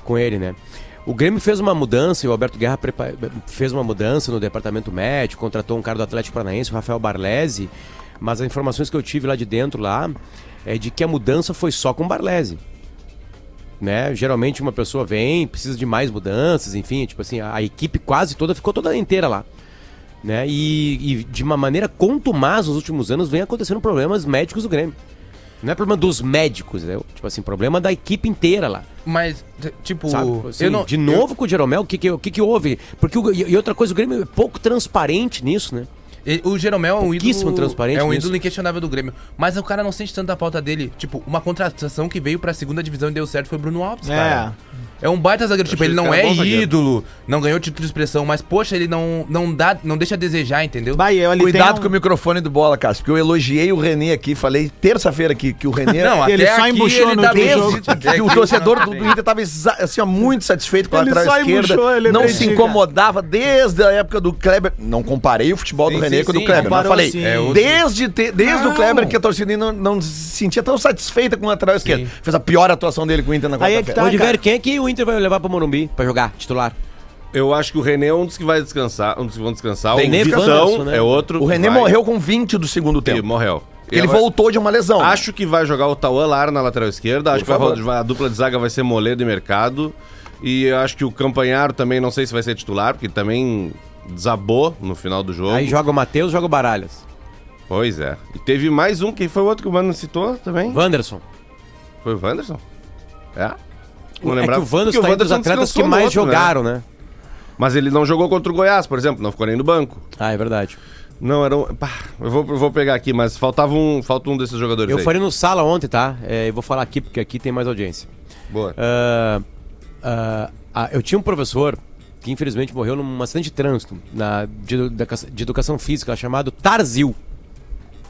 [SPEAKER 5] com ele, né? O Grêmio fez uma mudança, e o Alberto Guerra prepa- fez uma mudança no departamento médico, contratou um cara do Atlético Paranaense, o Rafael Barlese, mas as informações que eu tive lá de dentro lá é de que a mudança foi só com o Barlese né? Geralmente uma pessoa vem, precisa de mais mudanças, enfim, tipo assim, a, a equipe quase toda ficou toda inteira lá. Né? E, e de uma maneira contumaz nos últimos anos vem acontecendo problemas médicos do Grêmio. Não é problema dos médicos, né? Tipo assim, problema da equipe inteira lá.
[SPEAKER 4] Mas, t- tipo,
[SPEAKER 5] sabe? Assim,
[SPEAKER 4] eu não,
[SPEAKER 5] de novo com o Jeromel, o que, que, o que, que houve? Porque o- e e outra coisa, o Grêmio é pouco transparente nisso, né?
[SPEAKER 4] E- O Jeromel é um
[SPEAKER 5] Pouquíssimo
[SPEAKER 4] ídolo.
[SPEAKER 5] transparente
[SPEAKER 4] é um
[SPEAKER 5] nisso.
[SPEAKER 4] ídolo inquestionável do Grêmio. Mas o cara não sente tanta falta dele. Tipo, uma contratação que veio pra segunda divisão e deu certo foi Bruno Alves,
[SPEAKER 2] É.
[SPEAKER 4] cara. É um baita zagueiro. Tipo,
[SPEAKER 6] achei
[SPEAKER 4] ele
[SPEAKER 6] esse
[SPEAKER 4] não
[SPEAKER 6] cara
[SPEAKER 4] é
[SPEAKER 6] um bom zagueiro.
[SPEAKER 4] ídolo, não ganhou título de expressão, mas, poxa, ele não, não, dá, não deixa a desejar, entendeu?
[SPEAKER 2] Bah, e ele tem
[SPEAKER 3] Cuidado
[SPEAKER 2] um-
[SPEAKER 3] com o microfone do bola, Cássio, porque eu elogiei o René aqui, falei terça-feira aqui que o René.
[SPEAKER 4] Não, até
[SPEAKER 2] Ele só
[SPEAKER 4] aqui
[SPEAKER 2] embuchou
[SPEAKER 4] ele
[SPEAKER 2] no
[SPEAKER 4] tá
[SPEAKER 2] último
[SPEAKER 4] bem-
[SPEAKER 2] jogo.
[SPEAKER 4] até
[SPEAKER 3] que
[SPEAKER 4] aqui
[SPEAKER 3] o torcedor
[SPEAKER 4] tá
[SPEAKER 3] do
[SPEAKER 4] bem.
[SPEAKER 3] Inter estava exa- assim, ó, muito satisfeito com a
[SPEAKER 2] Ele
[SPEAKER 3] lateral
[SPEAKER 2] só
[SPEAKER 3] esquerda.
[SPEAKER 2] embuchou, eu
[SPEAKER 3] não
[SPEAKER 2] lembrei
[SPEAKER 3] se
[SPEAKER 2] disso,
[SPEAKER 3] incomodava desde a época do Kleber. Não comparei o futebol
[SPEAKER 6] Sim,
[SPEAKER 3] do René
[SPEAKER 6] sim,
[SPEAKER 3] com o do
[SPEAKER 6] sim,
[SPEAKER 3] Kleber, mas
[SPEAKER 2] comparou
[SPEAKER 3] falei.
[SPEAKER 2] sim.
[SPEAKER 4] É outro.
[SPEAKER 3] desde te- desde o
[SPEAKER 4] Não.
[SPEAKER 3] Kleber que a torcida não, não se sentia tão satisfeita com o lateral esquerdo. Fez a pior atuação dele com o Inter na
[SPEAKER 2] Aí é que
[SPEAKER 3] quarta-feira.
[SPEAKER 2] tá,
[SPEAKER 5] Onde
[SPEAKER 2] cara.
[SPEAKER 5] ver quem é que o Inter vai levar pro Morumbi pra jogar titular?
[SPEAKER 6] Eu acho que o René é um dos que vai descansar, um dos que vão descansar.
[SPEAKER 5] Tem
[SPEAKER 6] o
[SPEAKER 5] Nevanderson,
[SPEAKER 6] Vitão
[SPEAKER 5] né?
[SPEAKER 6] é outro.
[SPEAKER 3] O
[SPEAKER 6] que
[SPEAKER 3] René
[SPEAKER 6] vai-
[SPEAKER 3] morreu com 20 do segundo
[SPEAKER 6] Ele
[SPEAKER 3] tempo.
[SPEAKER 6] morreu.
[SPEAKER 3] Ele
[SPEAKER 6] Agora-
[SPEAKER 3] voltou de uma lesão.
[SPEAKER 6] Acho que vai jogar o Tauan Lara na lateral esquerda. Acho
[SPEAKER 3] Por
[SPEAKER 6] que vai
[SPEAKER 3] favor.
[SPEAKER 6] ro- vai- a dupla de zaga vai ser Moledo e Mercado. E eu acho que o Campanharo também, não sei se vai ser titular, porque também desabou no final do jogo.
[SPEAKER 5] Aí joga o Matheus, joga o Baralhas.
[SPEAKER 6] Pois é. E teve mais um, quem foi o outro que o Mano citou também?
[SPEAKER 5] Wanderson.
[SPEAKER 6] Foi o Wanderson? É? Não
[SPEAKER 5] É que
[SPEAKER 6] lembrava.
[SPEAKER 5] o Wanderson
[SPEAKER 6] Porque
[SPEAKER 5] tá entre os atletas que
[SPEAKER 6] descansou no
[SPEAKER 5] mais
[SPEAKER 6] outro, né?
[SPEAKER 5] jogaram, né?
[SPEAKER 6] Mas ele não jogou contra o Goiás, por exemplo, não ficou nem no banco.
[SPEAKER 5] Ah, é verdade.
[SPEAKER 6] Não, era um... pá, eu, vou, eu vou pegar aqui, mas faltava um, falta um desses jogadores
[SPEAKER 5] Eu
[SPEAKER 6] aí.
[SPEAKER 5] falei no sala ontem, tá? É, eu vou falar aqui porque aqui tem mais audiência.
[SPEAKER 6] Boa.
[SPEAKER 5] Ah, ah, ah, eu tinha um professor que infelizmente morreu num acidente de trânsito na, de, da- de educação física chamado Tarzil.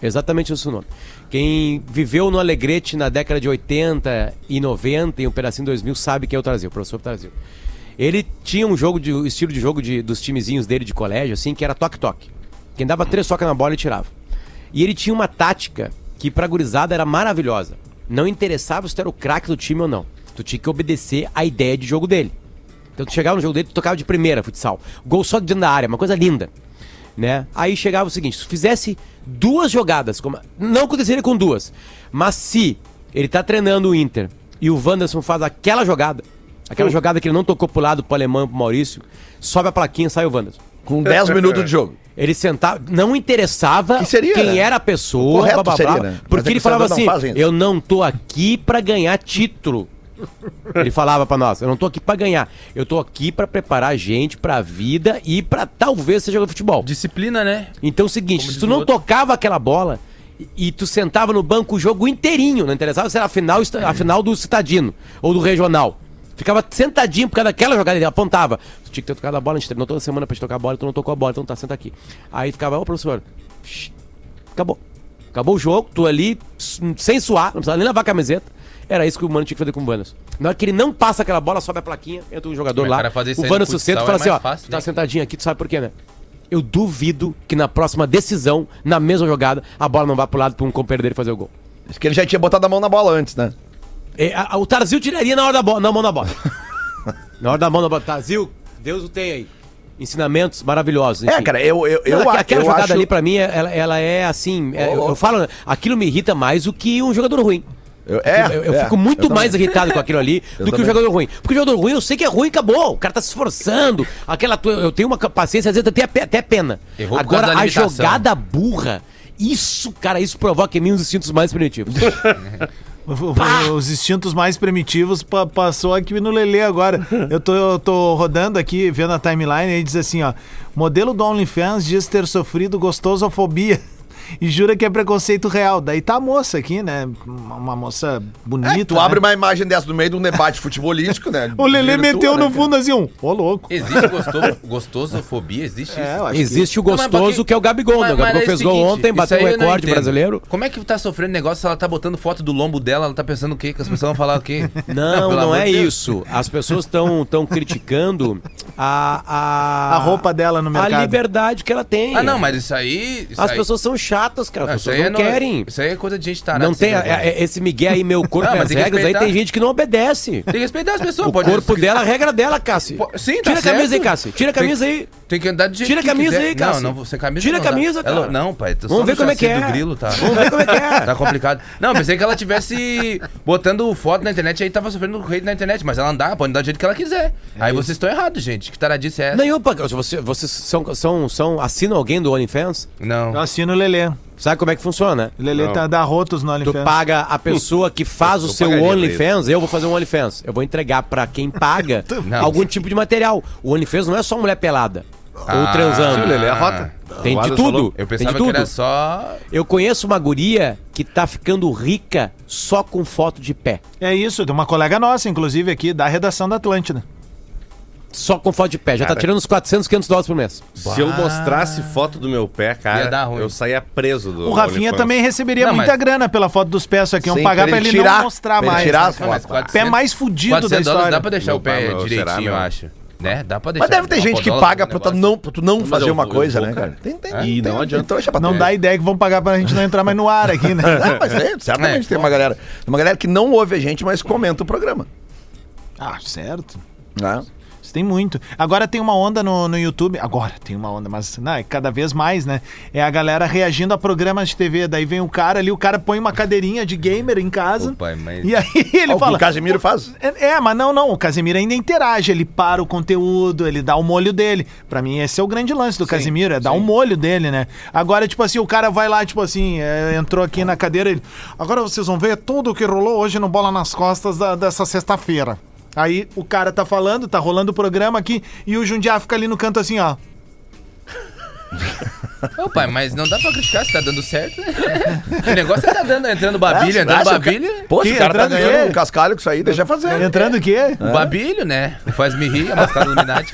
[SPEAKER 5] Exatamente esse o nome. Quem viveu no Alegrete na década de 80 e 90 e um pedacinho 2000 sabe quem é o Tarzil, o professor Tarzil. Ele tinha um jogo de um estilo de jogo de- dos timezinhos dele de colégio assim, que era toque-toque. Quem dava três toques na bola e tirava. E ele tinha uma tática que pra gurizada era maravilhosa. Não interessava se tu era o craque do time ou não. Tu tinha que obedecer à ideia de jogo dele. Então tu chegava no jogo dele, tu tocava de primeira futsal. Gol só de dentro da área, uma coisa linda. Né? Aí chegava o seguinte, se fizesse duas jogadas, como- não aconteceria com duas, mas se ele tá treinando o Inter e o Wanderson faz aquela jogada, aquela jogada que ele não tocou pro lado pro alemão, pro Maurício, sobe a plaquinha, sai o Wanderson.
[SPEAKER 3] Com 10 minutos de jogo.
[SPEAKER 5] Ele sentava, não interessava
[SPEAKER 3] Que seria,
[SPEAKER 5] quem
[SPEAKER 3] né?
[SPEAKER 5] era a pessoa,
[SPEAKER 3] Correto
[SPEAKER 5] blá, blá, blá,
[SPEAKER 3] seria, né? Mas é
[SPEAKER 5] porque
[SPEAKER 3] que
[SPEAKER 5] ele
[SPEAKER 3] os
[SPEAKER 5] falava
[SPEAKER 3] jogadores
[SPEAKER 5] assim:
[SPEAKER 3] não fazem isso.
[SPEAKER 5] "Eu não tô aqui pra ganhar título". Ele falava pra nós: "Eu não tô aqui pra ganhar, eu tô aqui pra preparar a gente pra vida e pra talvez você jogar futebol".
[SPEAKER 4] Disciplina, né?
[SPEAKER 5] Então é o seguinte,
[SPEAKER 4] Como
[SPEAKER 5] se
[SPEAKER 4] diz
[SPEAKER 5] tu
[SPEAKER 4] o
[SPEAKER 5] não
[SPEAKER 4] outro.
[SPEAKER 5] tocava aquela bola e- e tu sentava no banco o jogo inteirinho, não interessava se era a final, esta- a final do citadino ou do regional. Ficava sentadinho por causa daquela jogada, ele apontava. Tu tinha que ter tocado a bola, a gente treinou toda semana pra gente tocar a bola, tu não tocou a bola, então tá, senta aqui. Aí ficava, ô professor, shh, acabou. Acabou o jogo, tu ali, s- sem suar, não precisava nem lavar a camiseta. Era isso que o Mano tinha que fazer com o Vanas. Na hora que ele não passa aquela bola, sobe a plaquinha, entra um jogador
[SPEAKER 4] Mas,
[SPEAKER 5] lá.
[SPEAKER 4] cara, fazer isso
[SPEAKER 5] o
[SPEAKER 4] aí no
[SPEAKER 5] Vanas senta e
[SPEAKER 4] futsal
[SPEAKER 5] fala
[SPEAKER 4] é
[SPEAKER 5] assim, ó,
[SPEAKER 4] mais fácil,
[SPEAKER 5] tá
[SPEAKER 4] né?
[SPEAKER 5] sentadinho aqui, tu sabe por quê, né? Eu duvido que na próxima decisão, na mesma jogada, a bola não vá pro lado pra um companheiro dele fazer o gol.
[SPEAKER 3] Acho que ele já tinha botado a mão na bola antes, né?
[SPEAKER 5] É, a- a- o Tarzil tiraria na hora da bola, na mão da bola. na hora da mão da bola. Tarzil, Deus o tem aí. Ensinamentos maravilhosos.
[SPEAKER 3] É,
[SPEAKER 5] enfim.
[SPEAKER 3] cara, eu, eu,
[SPEAKER 5] Não,
[SPEAKER 3] eu,
[SPEAKER 5] aqua-
[SPEAKER 3] a-
[SPEAKER 2] é
[SPEAKER 5] aquela
[SPEAKER 3] eu
[SPEAKER 5] jogada
[SPEAKER 3] acho-
[SPEAKER 5] ali pra mim, ela, ela é assim. é,
[SPEAKER 3] Ô,
[SPEAKER 5] eu,
[SPEAKER 3] ô.
[SPEAKER 5] eu falo, aquilo me irrita mais do que um jogador ruim.
[SPEAKER 3] Eu, é,
[SPEAKER 5] eu, eu
[SPEAKER 3] é,
[SPEAKER 5] fico muito
[SPEAKER 3] eu
[SPEAKER 5] mais
[SPEAKER 3] também.
[SPEAKER 5] irritado com aquilo ali do que o
[SPEAKER 3] também.
[SPEAKER 5] jogador ruim. Porque o jogador ruim eu sei que é ruim, acabou. O cara tá se esforçando. Aquela tua, eu tenho uma paciência, às vezes até, pe- até pena.
[SPEAKER 4] Errou por
[SPEAKER 5] Agora,
[SPEAKER 4] causa da
[SPEAKER 5] a
[SPEAKER 4] limitação.
[SPEAKER 5] jogada burra, isso, cara, isso provoca em mim um dos instintos mais primitivos.
[SPEAKER 2] o- o- os instintos mais primitivos pa- passou aqui no Lele agora. Eu tô, eu tô rodando aqui, vendo a timeline, aí diz assim, ó. Modelo do OnlyFans diz ter sofrido gostosofobia. E jura que é preconceito real. Daí tá a moça aqui, né? Uma uma moça bonita.
[SPEAKER 3] É, tu
[SPEAKER 2] né?
[SPEAKER 3] abre uma imagem dessa no meio de um debate futebolístico, né?
[SPEAKER 2] O Lele
[SPEAKER 3] Vira
[SPEAKER 2] meteu
[SPEAKER 3] tua,
[SPEAKER 2] no
[SPEAKER 3] né,
[SPEAKER 2] fundo assim, um. Ô, louco.
[SPEAKER 4] Existe gostoso, gostosofobia? Existe
[SPEAKER 2] É,
[SPEAKER 4] isso?
[SPEAKER 2] eu acho que-
[SPEAKER 5] Existe o
[SPEAKER 4] Não, mas pra
[SPEAKER 5] gostoso
[SPEAKER 4] quem-
[SPEAKER 5] que é o Gabigol. né?
[SPEAKER 4] Mas- mas
[SPEAKER 5] O Gabigol
[SPEAKER 4] é
[SPEAKER 5] fez
[SPEAKER 4] seguinte,
[SPEAKER 5] gol ontem,
[SPEAKER 4] isso
[SPEAKER 5] bateu
[SPEAKER 4] aí
[SPEAKER 5] o
[SPEAKER 4] eu não
[SPEAKER 5] recorde
[SPEAKER 4] entendo.
[SPEAKER 5] brasileiro.
[SPEAKER 4] Como é que tá sofrendo negócio se ela tá botando foto do lombo dela, ela tá pensando o quê? Que as pessoas vão falar o quê?
[SPEAKER 5] Não,
[SPEAKER 4] Pelo
[SPEAKER 5] não
[SPEAKER 4] amor
[SPEAKER 5] é
[SPEAKER 4] de Deus.
[SPEAKER 5] isso. As pessoas estão tão criticando a, a...
[SPEAKER 2] A roupa dela no mercado.
[SPEAKER 5] A liberdade que ela tem.
[SPEAKER 4] Ah, não, mas isso aí. Isso
[SPEAKER 5] As
[SPEAKER 4] aí-
[SPEAKER 5] pessoas são chatas, cara.
[SPEAKER 4] Não,
[SPEAKER 5] As
[SPEAKER 4] isso
[SPEAKER 5] pessoas
[SPEAKER 4] aí
[SPEAKER 5] não,
[SPEAKER 4] não-
[SPEAKER 5] querem.
[SPEAKER 4] Isso aí é coisa de gente tarada.
[SPEAKER 5] Não tem,
[SPEAKER 4] esse negócio.
[SPEAKER 5] é- é- esse Miguel aí, meu corpo,
[SPEAKER 4] Não, mas
[SPEAKER 5] minhas
[SPEAKER 4] tem que
[SPEAKER 5] regras, aí
[SPEAKER 4] respeitar.
[SPEAKER 5] tem gente que não obedece.
[SPEAKER 4] Tem que respeitar as pessoas,
[SPEAKER 5] O
[SPEAKER 4] pode
[SPEAKER 5] corpo dela, é a regra dela, Cassi.
[SPEAKER 4] Pô, sim, tá
[SPEAKER 5] Tira a camisa
[SPEAKER 4] certo.
[SPEAKER 5] aí, Cassi. Tira a camisa
[SPEAKER 4] Tem-
[SPEAKER 5] aí.
[SPEAKER 4] Tem que andar de jeito
[SPEAKER 5] Tira a
[SPEAKER 4] que
[SPEAKER 5] camisa
[SPEAKER 4] quiser.
[SPEAKER 5] aí, cara.
[SPEAKER 4] Não, não, vou- sem camisa.
[SPEAKER 5] Tira
[SPEAKER 4] não
[SPEAKER 5] a
[SPEAKER 4] dá.
[SPEAKER 5] camisa,
[SPEAKER 4] Ela-
[SPEAKER 5] cara.
[SPEAKER 4] não, pai. tô só
[SPEAKER 5] Vamos
[SPEAKER 4] no
[SPEAKER 5] ver como é que
[SPEAKER 4] chassi
[SPEAKER 5] é.
[SPEAKER 4] do grilo, tá?
[SPEAKER 5] Vamos ver como é que é.
[SPEAKER 4] Tá complicado. Não, pensei que ela tivesse botando foto na internet aí tava sofrendo hate na internet, mas ela andar, pode andar do jeito que ela quiser. aí vocês estão errados, gente. Que taradice é essa?
[SPEAKER 5] Nenhum, pa- você, vocês são, são, são, assinam alguém do OnlyFans?
[SPEAKER 4] Não.
[SPEAKER 2] Eu assino o Lele.
[SPEAKER 5] Sabe como é que funciona, né?
[SPEAKER 2] O Lele tá, dá rotos no
[SPEAKER 5] Tu
[SPEAKER 2] OnlyFans.
[SPEAKER 5] paga a pessoa que faz o
[SPEAKER 6] eu
[SPEAKER 5] seu
[SPEAKER 6] pagaria pra
[SPEAKER 5] OnlyFans, eu vou fazer um OnlyFans. Eu vou entregar pra quem paga
[SPEAKER 4] Não.
[SPEAKER 5] algum tipo de material. O OnlyFans não é só mulher pelada
[SPEAKER 4] Ah,
[SPEAKER 5] ou transando.
[SPEAKER 6] Sim, Lelê, é a rota.
[SPEAKER 5] Tem
[SPEAKER 6] O
[SPEAKER 5] de
[SPEAKER 6] Adams
[SPEAKER 5] tudo.
[SPEAKER 6] falou.
[SPEAKER 4] Eu
[SPEAKER 5] Tem
[SPEAKER 4] pensava
[SPEAKER 5] de
[SPEAKER 4] que
[SPEAKER 5] tudo.
[SPEAKER 4] era só.
[SPEAKER 5] Eu conheço uma guria que tá ficando rica só com foto de pé.
[SPEAKER 2] É isso, tem uma colega nossa, inclusive, aqui, da redação da Atlântida.
[SPEAKER 5] Só com foto de pé. Já tá tirando uns 400, 500 dólares por mês.
[SPEAKER 6] Se eu mostrasse foto do meu pé, cara,
[SPEAKER 4] Ia dar ruim.
[SPEAKER 6] eu saía preso do.
[SPEAKER 2] O Rafinha
[SPEAKER 6] OnlyFans.
[SPEAKER 2] também receberia
[SPEAKER 4] Não,
[SPEAKER 2] muita
[SPEAKER 4] mas-
[SPEAKER 2] grana pela foto dos pés, só que iam
[SPEAKER 3] Sim,
[SPEAKER 2] pagar
[SPEAKER 3] pra
[SPEAKER 2] pra
[SPEAKER 3] ele
[SPEAKER 2] ele
[SPEAKER 3] tirar,
[SPEAKER 2] não mostrar
[SPEAKER 3] pra ele
[SPEAKER 2] mais.
[SPEAKER 3] tirar
[SPEAKER 2] né?
[SPEAKER 3] as fotos.
[SPEAKER 2] Pé mais fudido da
[SPEAKER 4] 400 dólares
[SPEAKER 2] história.
[SPEAKER 4] dá pra deixar o
[SPEAKER 6] Meu pai,
[SPEAKER 4] pé
[SPEAKER 6] meu,
[SPEAKER 4] direitinho,
[SPEAKER 6] será, meu?
[SPEAKER 4] eu acho. Né? Dá pra deixar.
[SPEAKER 3] Mas deve ter
[SPEAKER 4] Uma
[SPEAKER 3] gente que
[SPEAKER 4] podola,
[SPEAKER 3] paga
[SPEAKER 4] um
[SPEAKER 3] pra tu
[SPEAKER 4] negócio.
[SPEAKER 3] não, pra tu não
[SPEAKER 6] Mas
[SPEAKER 3] fazer
[SPEAKER 6] eu
[SPEAKER 3] uma
[SPEAKER 6] vou-
[SPEAKER 3] coisa,
[SPEAKER 6] eu
[SPEAKER 3] né,
[SPEAKER 6] vou,
[SPEAKER 3] cara?
[SPEAKER 6] cara.
[SPEAKER 3] Tem, tem.
[SPEAKER 6] É? E não adianta.
[SPEAKER 3] Então deixa pra
[SPEAKER 2] Não
[SPEAKER 3] tu.
[SPEAKER 2] dá ideia que vão pagar pra gente não entrar mais no ar aqui, né?
[SPEAKER 3] É, mas é, certamente
[SPEAKER 4] É,
[SPEAKER 3] tem uma galera. Tem uma galera que não ouve a gente, mas comenta o programa.
[SPEAKER 2] ah, certo.
[SPEAKER 3] Né?
[SPEAKER 2] Isso tem muito. Agora tem uma onda no, no YouTube. Agora tem uma onda, mas não, é cada vez mais, né? É a galera reagindo a programas de TV. Daí vem o cara ali, o cara põe uma cadeirinha de gamer em casa.
[SPEAKER 4] Ô, pai, mas-
[SPEAKER 2] E aí ele
[SPEAKER 3] Ó, o que
[SPEAKER 2] fala.
[SPEAKER 3] o Casemiro faz.
[SPEAKER 2] É, é, mas não, não. O Casemiro ainda interage. Ele para o conteúdo, ele dá o molho dele. Pra mim, esse é o grande lance do Casemiro, é dar o molho dele, né? Agora, tipo assim, o cara vai lá, tipo assim, é, entrou aqui na cadeira, ele. Agora vocês vão ver tudo o que rolou hoje no Bola nas Costas da- dessa sexta-feira. Aí o cara tá falando, tá rolando o programa aqui, e o Jundiá fica ali no canto assim, ó.
[SPEAKER 4] Ô, pai, mas não dá pra criticar se tá dando certo, né? o negócio é tá dando, entrando babilha, entrando
[SPEAKER 3] Acha o ca-
[SPEAKER 4] babilha.
[SPEAKER 3] Pô, se
[SPEAKER 2] Que
[SPEAKER 3] o cara tá
[SPEAKER 2] entrando o quê?
[SPEAKER 3] ganhando um cascalho com isso aí, deixa fazer.
[SPEAKER 2] Entrando o quê?
[SPEAKER 4] O babilho, né? O faz me rir, a mascada do Illuminati.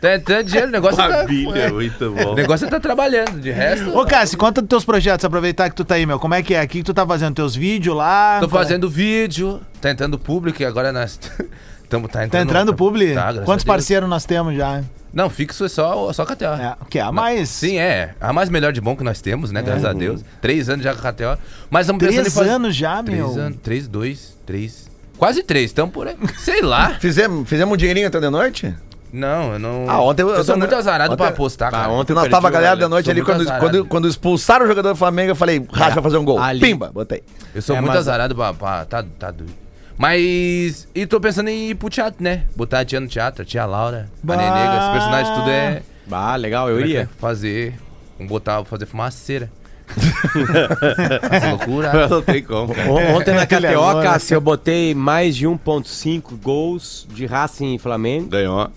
[SPEAKER 4] Tá entrando dinheiro, o negócio tá.
[SPEAKER 6] Maravilha, é muito
[SPEAKER 4] O
[SPEAKER 6] bom.
[SPEAKER 4] negócio tá trabalhando, de resto.
[SPEAKER 2] Ô, Cássio, conta dos teus projetos, aproveitar que tu tá aí, meu. Como é que é? O que que tu tá fazendo? Teus vídeos lá?
[SPEAKER 4] Tô
[SPEAKER 2] Qual é?
[SPEAKER 4] fazendo vídeo, tá entrando público e agora nós. Tamo, tá entrando,
[SPEAKER 2] Tá entrando publi?
[SPEAKER 4] Tá, graças
[SPEAKER 2] Quantos
[SPEAKER 4] a Deus.
[SPEAKER 2] parceiros nós temos já?
[SPEAKER 4] Não, fixo é só, só KTO.
[SPEAKER 2] É, que é a
[SPEAKER 4] Não,
[SPEAKER 2] mais.
[SPEAKER 4] Sim, é. A mais melhor de bom que nós temos,
[SPEAKER 3] É.
[SPEAKER 4] né? Graças a Deus. Três anos já com a KTO. Mas estamos pensando em
[SPEAKER 2] Três
[SPEAKER 4] fazer...
[SPEAKER 2] anos já, meu.
[SPEAKER 4] Três anos. Três, dois, três. Quase três, estamos por aí. Sei lá.
[SPEAKER 3] Fizemos, fizemos um dinheirinho até de noite?
[SPEAKER 4] Não, eu não.
[SPEAKER 3] Ah, ontem eu-
[SPEAKER 4] eu.
[SPEAKER 3] eu
[SPEAKER 4] sou
[SPEAKER 3] tô-
[SPEAKER 4] muito azarado
[SPEAKER 3] ontem- Ah,
[SPEAKER 4] pra apostar,
[SPEAKER 5] Bah,
[SPEAKER 4] cara.
[SPEAKER 5] ontem-
[SPEAKER 3] Ontem nós
[SPEAKER 5] Perdi
[SPEAKER 3] tava a
[SPEAKER 5] o
[SPEAKER 3] galera
[SPEAKER 5] Galo,
[SPEAKER 3] da noite
[SPEAKER 4] sou
[SPEAKER 3] ali,
[SPEAKER 4] muito
[SPEAKER 3] quando,
[SPEAKER 4] azarado.
[SPEAKER 3] quando, quando expulsaram o jogador do Flamengo, eu falei, Rafa vai fazer um gol.
[SPEAKER 5] Ali.
[SPEAKER 3] Pimba, botei.
[SPEAKER 4] Eu sou
[SPEAKER 5] É,
[SPEAKER 4] muito
[SPEAKER 5] mas-
[SPEAKER 4] azarado pra. pra- tá, tá doido. Mas. E tô pensando em ir pro teatro, né? Botar a tia no teatro, a tia Laura, a
[SPEAKER 2] Bah.
[SPEAKER 4] Nenega, esses personagens tudo é.
[SPEAKER 5] Bah, legal, eu iria.
[SPEAKER 4] Fazer. Vamos botar, fazer fumaceira. Essa loucura.
[SPEAKER 6] Não tem como. cara.
[SPEAKER 5] On- é. Ontem na
[SPEAKER 2] Aquele amor,
[SPEAKER 5] KTO,
[SPEAKER 2] né?
[SPEAKER 5] Cássio, eu botei mais de 1.5 gols de Racing e Flamengo.
[SPEAKER 6] Ganhou.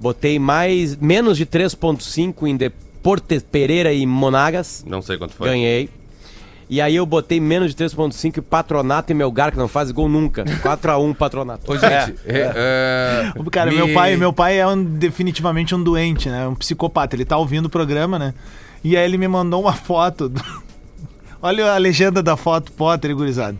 [SPEAKER 5] Botei mais menos de 3.5 em Deportes Pereira e Monagas.
[SPEAKER 6] Não sei quanto foi.
[SPEAKER 5] Ganhei. E aí eu botei menos de 3.5 em Patronato e Melgar, que não faz gol nunca. 4x1 Patronato.
[SPEAKER 4] Ô, gente, é, é,
[SPEAKER 2] Ô, Cara,
[SPEAKER 4] me-
[SPEAKER 2] meu pai, meu pai é um- definitivamente um doente, né? Um psicopata. Ele tá ouvindo o programa, né? E aí ele me mandou uma foto. do- Olha a legenda da foto, Potter, gurizada.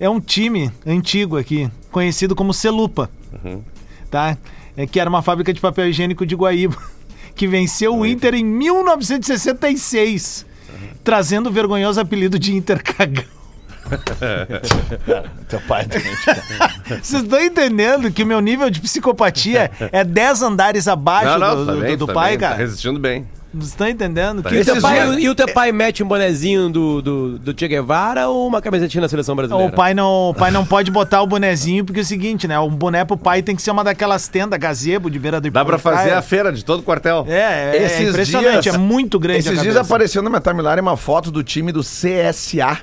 [SPEAKER 2] É um time antigo aqui, conhecido como Celupa.
[SPEAKER 4] Uhum.
[SPEAKER 2] Tá? É, que era uma fábrica de papel higiênico de Guaíba, que venceu
[SPEAKER 4] Uhum.
[SPEAKER 2] o Inter em 1966, trazendo o vergonhoso apelido de Inter Cagão.
[SPEAKER 3] Teu pai
[SPEAKER 2] Vocês estão entendendo que o meu nível de psicopatia é 10 andares abaixo
[SPEAKER 6] Não, não,
[SPEAKER 2] do,
[SPEAKER 6] tá
[SPEAKER 2] do-
[SPEAKER 6] bem,
[SPEAKER 2] do
[SPEAKER 6] tá
[SPEAKER 2] pai,
[SPEAKER 6] bem, Tá
[SPEAKER 2] cara?
[SPEAKER 6] resistindo bem.
[SPEAKER 2] Vocês estão entendendo?
[SPEAKER 6] Tá
[SPEAKER 2] que
[SPEAKER 5] E o, teu
[SPEAKER 3] Esses dias-
[SPEAKER 5] pai, e o teu pai mete um bonezinho do, do, do Che Guevara ou uma camisetinha na seleção brasileira?
[SPEAKER 2] o pai, não, o pai não pode botar o bonezinho, porque é o seguinte, né? O boné pro pai tem que ser uma daquelas tendas gazebo de beira do
[SPEAKER 6] Dá pra
[SPEAKER 2] Ibirapuera.
[SPEAKER 6] fazer a feira de todo o quartel.
[SPEAKER 2] É, é, é
[SPEAKER 3] Esses
[SPEAKER 2] impressionante,
[SPEAKER 3] dias-
[SPEAKER 2] é muito grande a
[SPEAKER 3] Esses dias
[SPEAKER 2] cabeça.
[SPEAKER 3] apareceu na minha timeline uma foto do time do CSA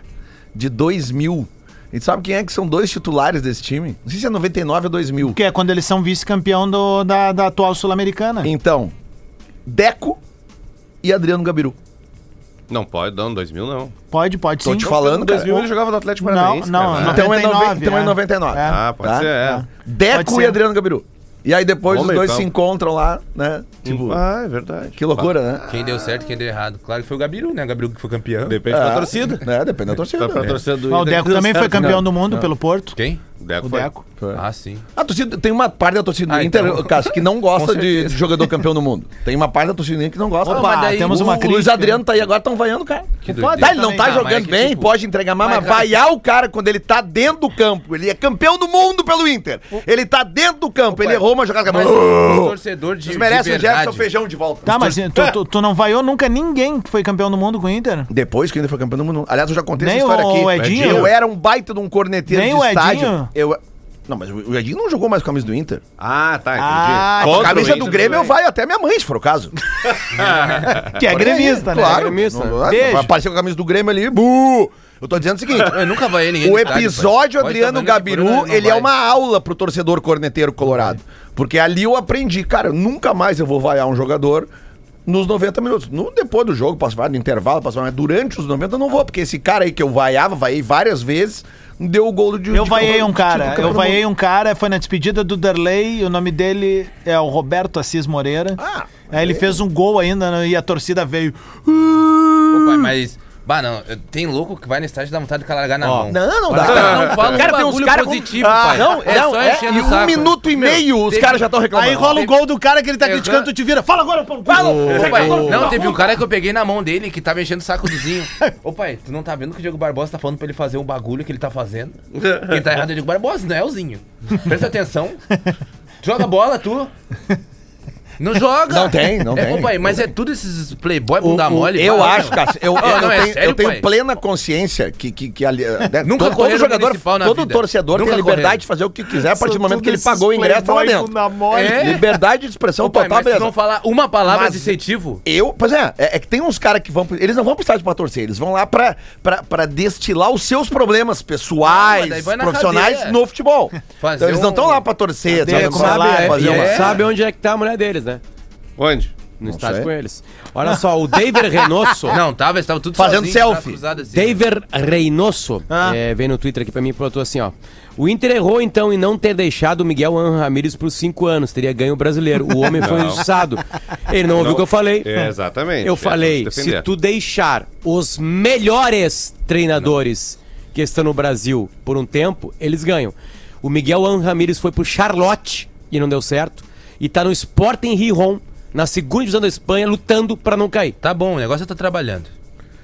[SPEAKER 3] de 2000. A gente sabe quem é que são dois titulares desse time. Não sei se é 99 ou 2000.
[SPEAKER 2] Que é quando eles são vice-campeão do- da, da atual Sul-Americana.
[SPEAKER 3] Então, Deco e Adriano Gabiru.
[SPEAKER 6] Não pode, não, 2000 não.
[SPEAKER 2] Pode, pode
[SPEAKER 3] Tô
[SPEAKER 2] sim.
[SPEAKER 3] te falando, cara.
[SPEAKER 6] 2000 ele jogava no Atlético
[SPEAKER 2] Não,
[SPEAKER 6] Paranaense.
[SPEAKER 2] não,
[SPEAKER 6] cara.
[SPEAKER 4] Ah,
[SPEAKER 2] não.
[SPEAKER 3] Então é, nove-
[SPEAKER 2] 99,
[SPEAKER 3] então é
[SPEAKER 2] é.
[SPEAKER 3] 99.
[SPEAKER 2] É.
[SPEAKER 6] Ah, pode
[SPEAKER 3] Tá?
[SPEAKER 6] ser, é.
[SPEAKER 2] Pode
[SPEAKER 3] Deco
[SPEAKER 2] ser.
[SPEAKER 3] e Adriano Gabiru. E aí depois
[SPEAKER 6] Bom
[SPEAKER 3] os dois
[SPEAKER 6] meio
[SPEAKER 3] se
[SPEAKER 6] campo.
[SPEAKER 3] encontram lá, né? Tipo,
[SPEAKER 6] ah, é verdade.
[SPEAKER 3] que loucura, né?
[SPEAKER 4] Quem deu certo, quem deu errado. Claro que foi o Gabiru, né? O Gabiru que foi campeão.
[SPEAKER 6] Ah, Depende da torcida.
[SPEAKER 3] É, depende da torcida.
[SPEAKER 6] Tá pra
[SPEAKER 3] né?
[SPEAKER 6] torcida do
[SPEAKER 2] Ah, o
[SPEAKER 6] Inter
[SPEAKER 2] Deco
[SPEAKER 6] que deu
[SPEAKER 2] também foi
[SPEAKER 6] certo,
[SPEAKER 2] campeão
[SPEAKER 6] né?
[SPEAKER 2] do mundo pelo Porto.
[SPEAKER 4] Quem?
[SPEAKER 6] O Deco
[SPEAKER 2] O
[SPEAKER 6] foi.
[SPEAKER 2] Deco.
[SPEAKER 4] Ah, sim.
[SPEAKER 3] A torcida tem uma parte da torcida do
[SPEAKER 4] Ah,
[SPEAKER 3] Inter,
[SPEAKER 4] então.
[SPEAKER 3] Cássio, que não
[SPEAKER 4] Com
[SPEAKER 3] gosta de,
[SPEAKER 4] certeza.
[SPEAKER 3] de jogador campeão do mundo. Tem uma parte da torcida do Inter que não gosta.
[SPEAKER 4] Opa,
[SPEAKER 3] Mas
[SPEAKER 4] daí
[SPEAKER 2] temos uma
[SPEAKER 3] o
[SPEAKER 2] crítica,
[SPEAKER 3] Luiz
[SPEAKER 2] né?
[SPEAKER 3] Adriano tá aí agora, estão vaiando o cara.
[SPEAKER 4] Que
[SPEAKER 2] doideira.
[SPEAKER 3] Tá, ele não tá
[SPEAKER 4] Também, mas é
[SPEAKER 3] jogando
[SPEAKER 4] que,
[SPEAKER 3] bem,
[SPEAKER 4] tipo,
[SPEAKER 3] pode entregar, mas,
[SPEAKER 4] mas,
[SPEAKER 3] mas vaiar o cara quando ele tá dentro do campo. Ele é campeão do mundo pelo Inter. Ele tá dentro do campo, ele errou uma jogada.
[SPEAKER 4] Mas o torcedor
[SPEAKER 3] Oh!
[SPEAKER 4] de,
[SPEAKER 3] Vocês
[SPEAKER 4] de
[SPEAKER 3] merecem o Jefferson
[SPEAKER 4] verdade.
[SPEAKER 3] Feijão de volta.
[SPEAKER 2] Tá, mas
[SPEAKER 6] É.
[SPEAKER 2] tu, tu, tu não vaiou nunca ninguém que foi campeão do mundo com o Inter?
[SPEAKER 3] Depois que o Inter foi campeão do mundo. Aliás, eu já contei
[SPEAKER 2] Nem
[SPEAKER 3] essa história
[SPEAKER 2] o
[SPEAKER 3] aqui.
[SPEAKER 2] Edinho?
[SPEAKER 3] Eu era um baita de um corneteiro
[SPEAKER 2] Nem
[SPEAKER 3] de
[SPEAKER 2] o
[SPEAKER 3] estádio.
[SPEAKER 2] Edinho?
[SPEAKER 3] Eu... Não, mas o Edinho não jogou mais com a camisa do Inter.
[SPEAKER 6] Ah, tá, entendi.
[SPEAKER 2] Ah,
[SPEAKER 6] Contra o
[SPEAKER 3] camisa
[SPEAKER 6] Inter né,
[SPEAKER 3] do Grêmio eu
[SPEAKER 6] também.
[SPEAKER 3] vai até minha mãe, se for o caso.
[SPEAKER 2] Que é gremista, né?
[SPEAKER 3] Claro.
[SPEAKER 5] Gremista.
[SPEAKER 3] Não- é, não-
[SPEAKER 2] Beijo.
[SPEAKER 3] Apareceu com a camisa do Grêmio ali. bu! Eu tô dizendo o seguinte.
[SPEAKER 4] Eu É, nunca vaiei ninguém.
[SPEAKER 3] O
[SPEAKER 4] no estádio,
[SPEAKER 3] episódio
[SPEAKER 4] pai.
[SPEAKER 3] Adriano
[SPEAKER 4] Pode tá vendo que
[SPEAKER 3] Gabiru,
[SPEAKER 4] não
[SPEAKER 3] ele é
[SPEAKER 4] vai.
[SPEAKER 3] uma aula pro torcedor corneteiro colorado. Porque ali eu aprendi, cara, eu nunca mais eu vou vaiar um jogador nos 90 minutos. No, depois do jogo, posso vaiar no intervalo, posso vaiar, mas durante os 90 eu não vou, porque esse cara aí que eu vaiava, vaiei várias vezes, deu o gol de
[SPEAKER 2] Eu
[SPEAKER 3] de-
[SPEAKER 2] vaiei
[SPEAKER 3] de-
[SPEAKER 2] um
[SPEAKER 3] de-
[SPEAKER 2] cara,
[SPEAKER 3] de-
[SPEAKER 2] eu
[SPEAKER 3] de-
[SPEAKER 2] vaiei um cara, foi na despedida do Derlei, o nome dele é o Roberto Assis Moreira.
[SPEAKER 3] Ah,
[SPEAKER 2] Aí ele fez um gol ainda né, e a torcida veio.
[SPEAKER 4] Pô, pai, mas. Bah, não. Tem louco que vai no estádio e dá vontade de calargar na mão.
[SPEAKER 3] Não, não
[SPEAKER 4] Mas os
[SPEAKER 3] dá.
[SPEAKER 4] caras não falam
[SPEAKER 3] Cara,
[SPEAKER 4] um
[SPEAKER 3] tem uns
[SPEAKER 4] bagulho
[SPEAKER 3] caras com-
[SPEAKER 4] positivo,
[SPEAKER 3] Ah,
[SPEAKER 4] pai.
[SPEAKER 3] Não,
[SPEAKER 4] É
[SPEAKER 3] não,
[SPEAKER 4] só
[SPEAKER 3] é,
[SPEAKER 4] enchendo
[SPEAKER 3] em
[SPEAKER 4] o
[SPEAKER 3] um
[SPEAKER 4] saco.
[SPEAKER 3] minuto e meio os
[SPEAKER 4] teve-
[SPEAKER 3] caras já estão reclamando.
[SPEAKER 2] Aí rola o gol do cara que ele tá
[SPEAKER 4] Exato.
[SPEAKER 2] criticando, tu te vira. Fala agora, Paulo.
[SPEAKER 4] Ô,
[SPEAKER 2] Fala.
[SPEAKER 4] pai, não, teve um cara que eu peguei na mão dele que tava enchendo o saco do Zinho. Ô pai, tu não tá vendo que o Diego Barbosa tá falando pra ele fazer um bagulho que ele tá fazendo? Quem tá errado é o Diego Barbosa, não é o Zinho. Presta atenção. Joga bola, tu. Não joga.
[SPEAKER 3] Não tem, não
[SPEAKER 4] é,
[SPEAKER 3] tem.
[SPEAKER 4] Ô, pai, mas é tudo esses playboy
[SPEAKER 3] O-
[SPEAKER 4] bunda
[SPEAKER 3] o-
[SPEAKER 4] mole.
[SPEAKER 3] Eu
[SPEAKER 4] vai,
[SPEAKER 3] acho,
[SPEAKER 4] meu.
[SPEAKER 3] Cássio. Eu,
[SPEAKER 4] Ah,
[SPEAKER 3] eu
[SPEAKER 4] não, é
[SPEAKER 3] tenho,
[SPEAKER 4] sério,
[SPEAKER 3] eu tenho
[SPEAKER 4] pai?
[SPEAKER 3] plena consciência que, que, que ali, né,
[SPEAKER 4] Nunca
[SPEAKER 3] todo, todo
[SPEAKER 4] correram
[SPEAKER 3] jogador,
[SPEAKER 4] municipal na
[SPEAKER 3] todo
[SPEAKER 4] vida.
[SPEAKER 3] torcedor
[SPEAKER 4] Nunca
[SPEAKER 3] tem a liberdade
[SPEAKER 4] correram.
[SPEAKER 3] de fazer o que quiser a partir do momento que ele pagou o ingresso tá lá dentro.
[SPEAKER 4] É.
[SPEAKER 3] Liberdade de expressão
[SPEAKER 4] Ô, pai,
[SPEAKER 3] total,
[SPEAKER 4] mas se
[SPEAKER 3] beleza.
[SPEAKER 4] não falar uma palavra
[SPEAKER 3] tá Mas-
[SPEAKER 4] de incentivo,
[SPEAKER 3] Eu, pois é, é, é que tem uns caras que vão. pro- Eles não vão pro estádio pra torcer, eles vão lá pra, pra, pra destilar os seus problemas
[SPEAKER 4] Ah,
[SPEAKER 3] pessoais,
[SPEAKER 4] daí vai na
[SPEAKER 3] profissionais
[SPEAKER 4] cadeia.
[SPEAKER 3] no futebol.
[SPEAKER 4] Fazer
[SPEAKER 3] então eles não estão
[SPEAKER 4] um-
[SPEAKER 3] lá pra torcer,
[SPEAKER 2] Cadeia
[SPEAKER 3] sabe?
[SPEAKER 2] com
[SPEAKER 3] Pra
[SPEAKER 2] salário,
[SPEAKER 3] é fazer
[SPEAKER 5] E
[SPEAKER 3] uma-
[SPEAKER 5] aí sabe onde é que tá a mulher deles, né?
[SPEAKER 6] Onde?
[SPEAKER 5] No
[SPEAKER 3] Não
[SPEAKER 5] estádio
[SPEAKER 3] sei.
[SPEAKER 5] com eles. Olha só, o David Reynoso.
[SPEAKER 4] não, tava, tava tudo
[SPEAKER 3] Fazendo
[SPEAKER 4] sozinho, braço
[SPEAKER 3] selfie.
[SPEAKER 4] cruzado assim.
[SPEAKER 5] David Reynoso
[SPEAKER 2] Ah.
[SPEAKER 5] é, veio no Twitter aqui pra mim e botou assim, ó. O Inter errou, então, em não ter deixado o Miguel Anjo Ramírez por cinco anos. Teria ganho o brasileiro. O homem foi
[SPEAKER 6] Não.
[SPEAKER 5] injustiçado. Ele não ouviu o que eu falei.
[SPEAKER 6] É, exatamente.
[SPEAKER 5] Eu
[SPEAKER 6] É,
[SPEAKER 5] falei,
[SPEAKER 6] vamos
[SPEAKER 5] se
[SPEAKER 6] defender.
[SPEAKER 5] tu deixar os melhores treinadores que estão no Brasil por um tempo, eles ganham. O Miguel An Ramírez foi pro Charlotte e não deu certo. E tá no Sporting Rihon, na segunda divisão da Espanha, lutando pra não cair.
[SPEAKER 4] Tá bom, o negócio tá trabalhando.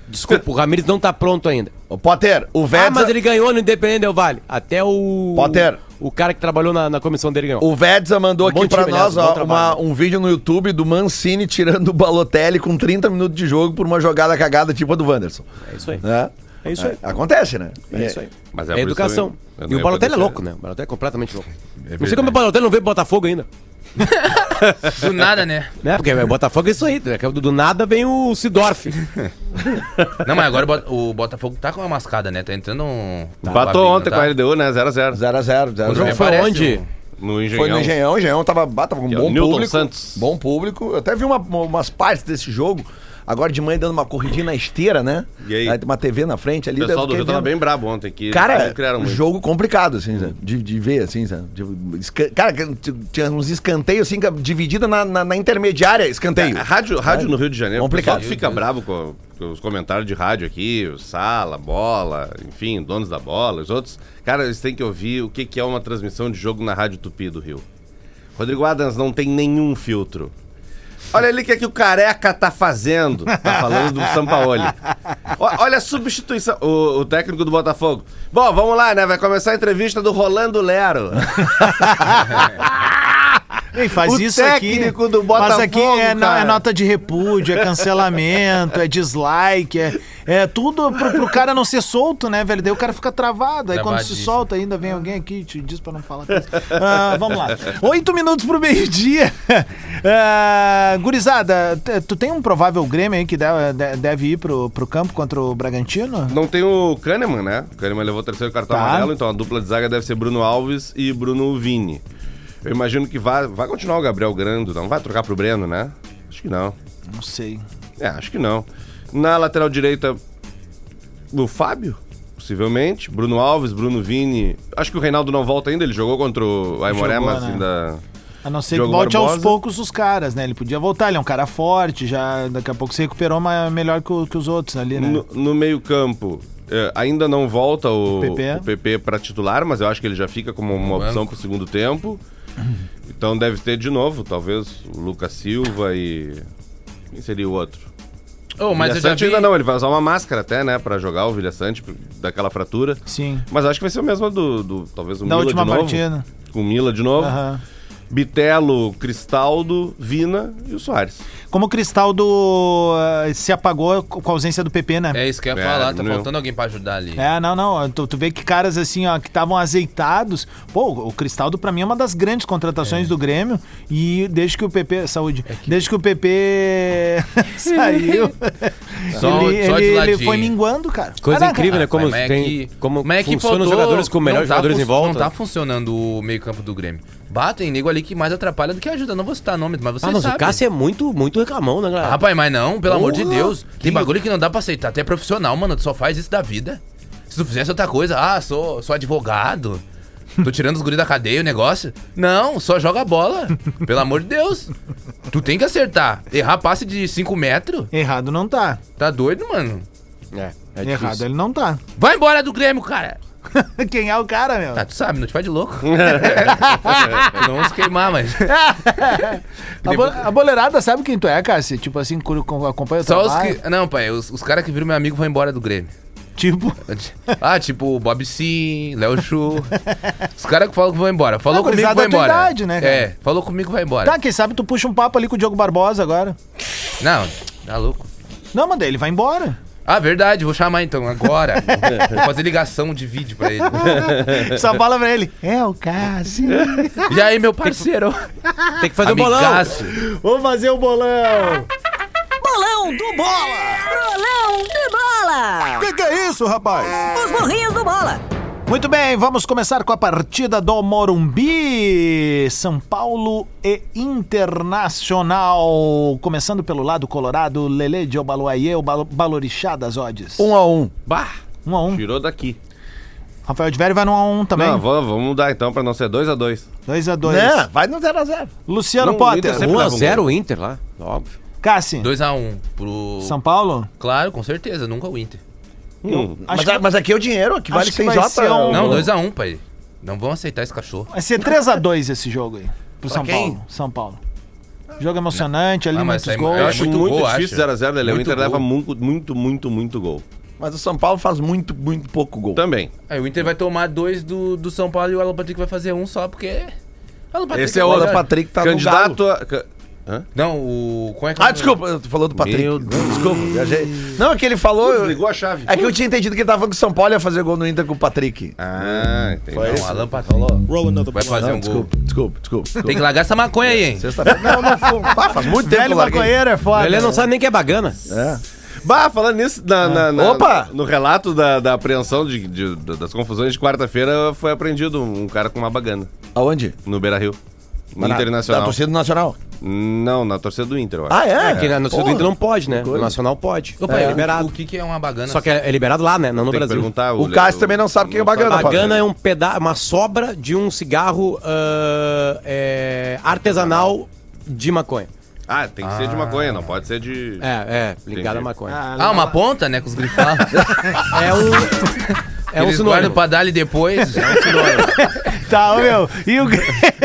[SPEAKER 5] Desculpa, o Ramírez não tá pronto ainda.
[SPEAKER 3] Ô, Potter, o
[SPEAKER 5] Ah,
[SPEAKER 3] Vedza,
[SPEAKER 5] mas ele ganhou no Independente Del Vale. Até o.
[SPEAKER 3] Potter.
[SPEAKER 5] O cara que trabalhou na, na comissão dele
[SPEAKER 6] é
[SPEAKER 5] ganhou.
[SPEAKER 3] o Vedza mandou
[SPEAKER 5] Um
[SPEAKER 3] aqui
[SPEAKER 5] bom
[SPEAKER 3] pra
[SPEAKER 5] time,
[SPEAKER 3] nós
[SPEAKER 5] aliás, um bom
[SPEAKER 3] ó, uma-
[SPEAKER 5] trabalho.
[SPEAKER 3] um vídeo no YouTube do Mancini tirando o Balotelli com 30 minutos de jogo por uma jogada cagada tipo a do Wanderson.
[SPEAKER 5] É isso aí.
[SPEAKER 3] Né?
[SPEAKER 5] É isso aí.
[SPEAKER 3] Acontece, né?
[SPEAKER 5] É isso aí.
[SPEAKER 6] Mas é
[SPEAKER 5] é
[SPEAKER 6] por isso
[SPEAKER 5] educação.
[SPEAKER 6] também, eu
[SPEAKER 5] E
[SPEAKER 6] não
[SPEAKER 5] o
[SPEAKER 6] ia
[SPEAKER 5] Balotelli é
[SPEAKER 6] poder
[SPEAKER 5] louco,
[SPEAKER 6] ser. É
[SPEAKER 5] né? O Balotelli é completamente louco. não sei
[SPEAKER 6] verdade.
[SPEAKER 5] como é o Balotelli não veio pro Botafogo ainda.
[SPEAKER 4] Do nada, né?
[SPEAKER 5] Né? Porque o Botafogo é isso aí. né? Do, do nada vem o Sidorf.
[SPEAKER 4] Não, mas agora o Bota- o Botafogo tá com uma mascada, né? Tá entrando um.
[SPEAKER 6] Empatou
[SPEAKER 4] um
[SPEAKER 6] ontem com a LDU, né?
[SPEAKER 3] É,
[SPEAKER 6] 0x0.
[SPEAKER 3] 0x0.
[SPEAKER 5] O jogo
[SPEAKER 4] me
[SPEAKER 5] foi
[SPEAKER 4] tá? parece
[SPEAKER 5] onde?
[SPEAKER 4] um-
[SPEAKER 6] No Engenhão.
[SPEAKER 3] Foi no Engenhão, o Engenhão tava, bah, tava com um
[SPEAKER 6] Que é o
[SPEAKER 3] bom
[SPEAKER 6] Newton
[SPEAKER 3] público.
[SPEAKER 6] Santos.
[SPEAKER 3] Bom público. Eu até vi uma- uma- umas partes desse jogo. Agora de manhã dando uma corridinha na esteira, né?
[SPEAKER 6] E aí?
[SPEAKER 3] tem uma TV na frente ali.
[SPEAKER 6] O pessoal do
[SPEAKER 3] daí eu
[SPEAKER 6] Rio
[SPEAKER 3] fiquei
[SPEAKER 6] tava bem
[SPEAKER 3] vendo.
[SPEAKER 6] brabo ontem. Que eles
[SPEAKER 3] Cara,
[SPEAKER 6] não criaram muito.
[SPEAKER 3] jogo complicado, assim, sabe? De, de ver, assim, sabe? De- esca- cara, que t- tinha uns escanteios, assim, que- dividida na, na- na intermediária, escanteio.
[SPEAKER 6] A Rádio, rádio no Rio de Janeiro,
[SPEAKER 3] Complicado.
[SPEAKER 6] o pessoal que fica bravo com, com os comentários de rádio aqui, o Sala, Bola, enfim, donos da bola, os outros. Cara, eles têm que ouvir o que, que é uma transmissão de jogo na Rádio Tupi do Rio. Rodrigo Adams não tem nenhum filtro. Olha ali o que, é que o careca tá fazendo. Tá falando do Sampaoli. O- Olha a substituição. O, o técnico do Botafogo. Bom, vamos lá, né? Vai começar a entrevista do Rolando Lero.
[SPEAKER 2] Ei, faz
[SPEAKER 3] O
[SPEAKER 2] isso
[SPEAKER 3] técnico
[SPEAKER 2] aqui.
[SPEAKER 3] do
[SPEAKER 2] faz
[SPEAKER 3] Botafogo,
[SPEAKER 2] aqui é, na-
[SPEAKER 3] cara.
[SPEAKER 2] é nota de repúdio, é cancelamento, é dislike, é, é tudo pro, pro cara não ser solto, né, velho? Daí o cara fica travado. Aí quando se
[SPEAKER 4] Travadíssimo.
[SPEAKER 2] solta ainda vem alguém aqui e te diz pra não falar coisa. Ah, vamos lá. Oito minutos pro meio-dia. Ah, gurizada, t- tu tem um provável Grêmio aí que deve, de- deve ir pro, pro campo contra o Bragantino?
[SPEAKER 6] Não tem o Kahneman, né? O Kahneman levou o terceiro cartão
[SPEAKER 2] Tá.
[SPEAKER 6] amarelo, então a dupla de zaga deve ser Bruno Alves e Bruno Vini. Eu imagino que vai, vai continuar o Gabriel Grando, não vai trocar pro Breno, né? Acho que não.
[SPEAKER 2] Não sei.
[SPEAKER 6] É, acho que não. Na lateral direita, o Fábio, possivelmente. Bruno Alves, Bruno Vini. Acho que o Reinaldo não volta ainda, ele jogou contra o Aimoré,
[SPEAKER 2] Jogou,
[SPEAKER 6] mas
[SPEAKER 2] né?
[SPEAKER 6] ainda.
[SPEAKER 2] A não ser que
[SPEAKER 6] Diogo
[SPEAKER 2] volte aos
[SPEAKER 6] Barbosa.
[SPEAKER 2] poucos os caras, né? Ele podia voltar, ele é um cara forte, já daqui a pouco se recuperou mas é melhor que, o- que os outros ali, né?
[SPEAKER 6] No, meio-campo, é, ainda não volta o,
[SPEAKER 2] O é?
[SPEAKER 6] o
[SPEAKER 2] PP.
[SPEAKER 6] PP, para titular, mas eu acho que ele já fica como uma
[SPEAKER 4] banco.
[SPEAKER 6] opção para o segundo tempo. Então deve ter de novo, talvez, o Lucas Silva e. Quem seria o outro?
[SPEAKER 4] Ô,
[SPEAKER 6] Mas
[SPEAKER 4] mas eu já vi...
[SPEAKER 6] ainda
[SPEAKER 5] é.
[SPEAKER 6] não, ele vai usar uma máscara até, né, para jogar o Vilha Sante daquela fratura.
[SPEAKER 2] Sim.
[SPEAKER 6] Mas acho que vai ser o mesmo do. do- talvez o
[SPEAKER 2] Da
[SPEAKER 6] Mila
[SPEAKER 2] última
[SPEAKER 6] de novo.
[SPEAKER 2] partida.
[SPEAKER 6] Com o Mila de novo.
[SPEAKER 2] Aham.
[SPEAKER 6] Bitelo, Cristaldo, Vina e o Soares.
[SPEAKER 2] Como o Cristaldo ah, se apagou com a ausência do PP, né?
[SPEAKER 4] É isso que eu ia
[SPEAKER 6] É,
[SPEAKER 4] falar, tá
[SPEAKER 6] diminuiu.
[SPEAKER 4] faltando alguém pra ajudar ali.
[SPEAKER 2] É, não, não. Tu, tu vê que caras assim, ó, que estavam azeitados. Pô, o Cristaldo, pra mim, é uma das grandes
[SPEAKER 4] É.
[SPEAKER 2] contratações do Grêmio. E desde que o PP. Saúde. Desde que o PP saiu,
[SPEAKER 4] Só-
[SPEAKER 2] ele,
[SPEAKER 4] só
[SPEAKER 2] ele-
[SPEAKER 4] de
[SPEAKER 2] ele
[SPEAKER 4] ladinho.
[SPEAKER 2] foi minguando, cara.
[SPEAKER 5] Coisa
[SPEAKER 2] Caraca.
[SPEAKER 5] incrível, né? Como,
[SPEAKER 4] Mas é
[SPEAKER 5] tem,
[SPEAKER 4] que-
[SPEAKER 5] como
[SPEAKER 4] mas é que
[SPEAKER 5] funciona os
[SPEAKER 4] faltou-
[SPEAKER 5] jogadores com melhores
[SPEAKER 4] não tá
[SPEAKER 5] jogadores em
[SPEAKER 4] fun-
[SPEAKER 5] volta.
[SPEAKER 4] Não tá funcionando o meio-campo do Grêmio. Batem nego ali que mais atrapalha do que ajuda. Não vou citar nomes, mas vocês
[SPEAKER 5] ah, mas
[SPEAKER 4] sabem.
[SPEAKER 5] o Cássio é muito, muito reclamão, né,
[SPEAKER 6] Ah,
[SPEAKER 5] galera?
[SPEAKER 4] Rapaz, mas não, pelo amor de
[SPEAKER 5] Porra!
[SPEAKER 4] Deus. Tem bagulho que não dá pra aceitar. Até profissional, mano, tu só faz isso da vida. Se tu fizesse outra coisa, ah, sou, sou advogado. Tô tirando os guris da cadeia o negócio. Não, só joga bola. Pelo amor de Deus. Tu tem que acertar. Errar passe de 5 metros?
[SPEAKER 2] Errado não tá.
[SPEAKER 4] Tá doido, mano? É
[SPEAKER 5] É
[SPEAKER 2] Errado ele não tá.
[SPEAKER 4] Vai embora do Grêmio, cara.
[SPEAKER 2] Quem é o cara, meu?
[SPEAKER 4] Ah, tu sabe, não te faz de louco. não vamos queimar, mas.
[SPEAKER 2] A, bo a boleirada sabe quem tu é, Cássio? Tipo assim, quando co- acompanha o
[SPEAKER 4] Só os
[SPEAKER 2] trabalho.
[SPEAKER 4] que. Não, pai, os, os caras que viram meu amigo vão embora do Grêmio.
[SPEAKER 2] Tipo,
[SPEAKER 4] Ah, tipo o Bob Sim, Léo Chu. Os caras que falam que vão embora. Falou
[SPEAKER 2] Não,
[SPEAKER 4] comigo,
[SPEAKER 2] gurizada
[SPEAKER 4] vai
[SPEAKER 2] da tua
[SPEAKER 4] embora.
[SPEAKER 2] idade, né, cara?
[SPEAKER 4] É, falou comigo, vai embora.
[SPEAKER 2] tá, quem sabe tu puxa um papo ali com o Diogo Barbosa agora.
[SPEAKER 4] Não, tá louco.
[SPEAKER 2] Não, mas daí ele vai embora.
[SPEAKER 4] Ah, verdade, vou chamar então, agora. vou fazer ligação de vídeo pra ele.
[SPEAKER 2] Só fala pra ele. É o Cássio.
[SPEAKER 4] E aí, meu parceiro?
[SPEAKER 5] Tem que fazer o bolão.
[SPEAKER 4] Amigaço.
[SPEAKER 2] Vamos fazer o bolão.
[SPEAKER 7] Bolão do Bola! Bolão do Bola!
[SPEAKER 2] Que que é isso, rapaz?
[SPEAKER 7] Os burrinhos do Bola!
[SPEAKER 2] Muito bem, vamos começar com a partida do Morumbi. São Paulo e Internacional. Começando pelo lado colorado, Lele de Obaluaiê, o Bal- Balorixá das Odes.
[SPEAKER 3] Um a um.
[SPEAKER 6] Bah!
[SPEAKER 2] Um a um.
[SPEAKER 6] Tirou daqui.
[SPEAKER 2] Rafael de Vério vai no 1 a 1 também.
[SPEAKER 6] Não, vamos, vamos mudar então pra não ser 2x2.
[SPEAKER 2] 2 a 2
[SPEAKER 3] Né? Vai no 0x0.
[SPEAKER 2] Luciano
[SPEAKER 6] Não,
[SPEAKER 2] Potter.
[SPEAKER 6] Inter sempre-
[SPEAKER 5] 1x0 o um Inter lá, óbvio.
[SPEAKER 2] Cassi.
[SPEAKER 4] 2x1 pro.
[SPEAKER 2] São Paulo?
[SPEAKER 4] Claro, com certeza, nunca o Inter.
[SPEAKER 6] Hum.
[SPEAKER 2] Acho
[SPEAKER 3] Mas,
[SPEAKER 2] que-
[SPEAKER 3] a- mas aqui é o dinheiro, aqui
[SPEAKER 2] Acho
[SPEAKER 3] vale
[SPEAKER 2] que
[SPEAKER 3] 100
[SPEAKER 2] vai ser
[SPEAKER 3] J. né?
[SPEAKER 2] um-
[SPEAKER 4] Não,
[SPEAKER 2] Uhum.
[SPEAKER 4] 2x1, pai. Não vão aceitar esse cachorro.
[SPEAKER 2] Vai ser 3x2 esse jogo aí. Pro São
[SPEAKER 3] quem?
[SPEAKER 2] Paulo. São Paulo. Jogo emocionante, ali
[SPEAKER 4] Ah, mas
[SPEAKER 2] muitos
[SPEAKER 4] isso aí-
[SPEAKER 2] gols.
[SPEAKER 6] Eu acho
[SPEAKER 4] muito
[SPEAKER 6] É muito,
[SPEAKER 4] gol, acho.
[SPEAKER 6] difícil 0x0 Lele. O
[SPEAKER 4] Muito
[SPEAKER 6] né, Inter
[SPEAKER 4] gol.
[SPEAKER 6] leva muito, muito, muito, muito gol.
[SPEAKER 3] Mas o São Paulo faz muito, muito pouco gol.
[SPEAKER 6] Também.
[SPEAKER 4] Aí o Inter vai tomar dois do, do São Paulo e o Alan Patrick vai fazer um só, porque. Alan Patrick
[SPEAKER 6] Esse é
[SPEAKER 4] o
[SPEAKER 6] o
[SPEAKER 3] Alan
[SPEAKER 6] outro.
[SPEAKER 3] Patrick tá no
[SPEAKER 6] Candidato a... ca-
[SPEAKER 4] Não, o. Como é que é o
[SPEAKER 3] Ah,
[SPEAKER 4] nome?
[SPEAKER 3] desculpa, tu falou do Patrick.
[SPEAKER 6] Meu Deus.
[SPEAKER 3] Desculpa, viajei. Não, é que ele falou. eu-
[SPEAKER 6] Desligou a chave.
[SPEAKER 3] É que eu tinha entendido que ele tava falando que o São Paulo ia fazer gol no Inter com o Patrick.
[SPEAKER 6] Ah, entendi.
[SPEAKER 4] Não, o Alan Patrick. Vai
[SPEAKER 3] Não,
[SPEAKER 4] fazer um gol.
[SPEAKER 3] Então, desculpa, desculpa, desculpa, desculpa.
[SPEAKER 4] Tem que largar essa maconha aí, hein?
[SPEAKER 3] Sexta-feira. Não, não fumo. Ah, faz muito tempo que
[SPEAKER 2] Velho
[SPEAKER 3] eu larguei.
[SPEAKER 2] maconheiro é
[SPEAKER 3] Ah,
[SPEAKER 2] foda.
[SPEAKER 5] Ele não sabe nem que é bagana.
[SPEAKER 3] É.
[SPEAKER 6] Bah, falando nisso, na, na- na-
[SPEAKER 3] Opa!
[SPEAKER 6] no relato da, da apreensão de, de- das confusões de quarta-feira, foi apreendido um cara com uma bagana
[SPEAKER 3] Aonde?
[SPEAKER 6] no Beira Rio. No
[SPEAKER 3] Na-
[SPEAKER 6] Internacional.
[SPEAKER 3] Da torcida do Nacional.
[SPEAKER 6] Não, na torcida do Inter, eu acho.
[SPEAKER 3] Ah, é?
[SPEAKER 5] É, que na- no Sul do
[SPEAKER 3] Porra.
[SPEAKER 5] Inter não pode, né? No
[SPEAKER 3] coisa.
[SPEAKER 5] Nacional pode.
[SPEAKER 4] Opa,
[SPEAKER 5] é,
[SPEAKER 4] o-
[SPEAKER 5] liberado.
[SPEAKER 4] O que, que é uma bagana?
[SPEAKER 5] Só que é é liberado lá, né? Não no
[SPEAKER 6] Tem que
[SPEAKER 5] Brasil.
[SPEAKER 6] perguntar,
[SPEAKER 3] O Cássio também não sabe quem é bagana,
[SPEAKER 6] sabe.
[SPEAKER 5] Bagana é um peda uma sobra de um cigarro ah, é, artesanal de maconha.
[SPEAKER 6] Ah, tem que ser de maconha, não pode ser de...
[SPEAKER 5] É, é, ligado
[SPEAKER 6] Entendi.
[SPEAKER 5] à maconha.
[SPEAKER 2] Ah,
[SPEAKER 4] Ah, uma ponta, né? Com os grifados.
[SPEAKER 5] É um. É um
[SPEAKER 4] Eles guardam
[SPEAKER 5] sinônimo.
[SPEAKER 4] pra dar ali depois. É um sinônimo.
[SPEAKER 2] Tá, ô, meu. E o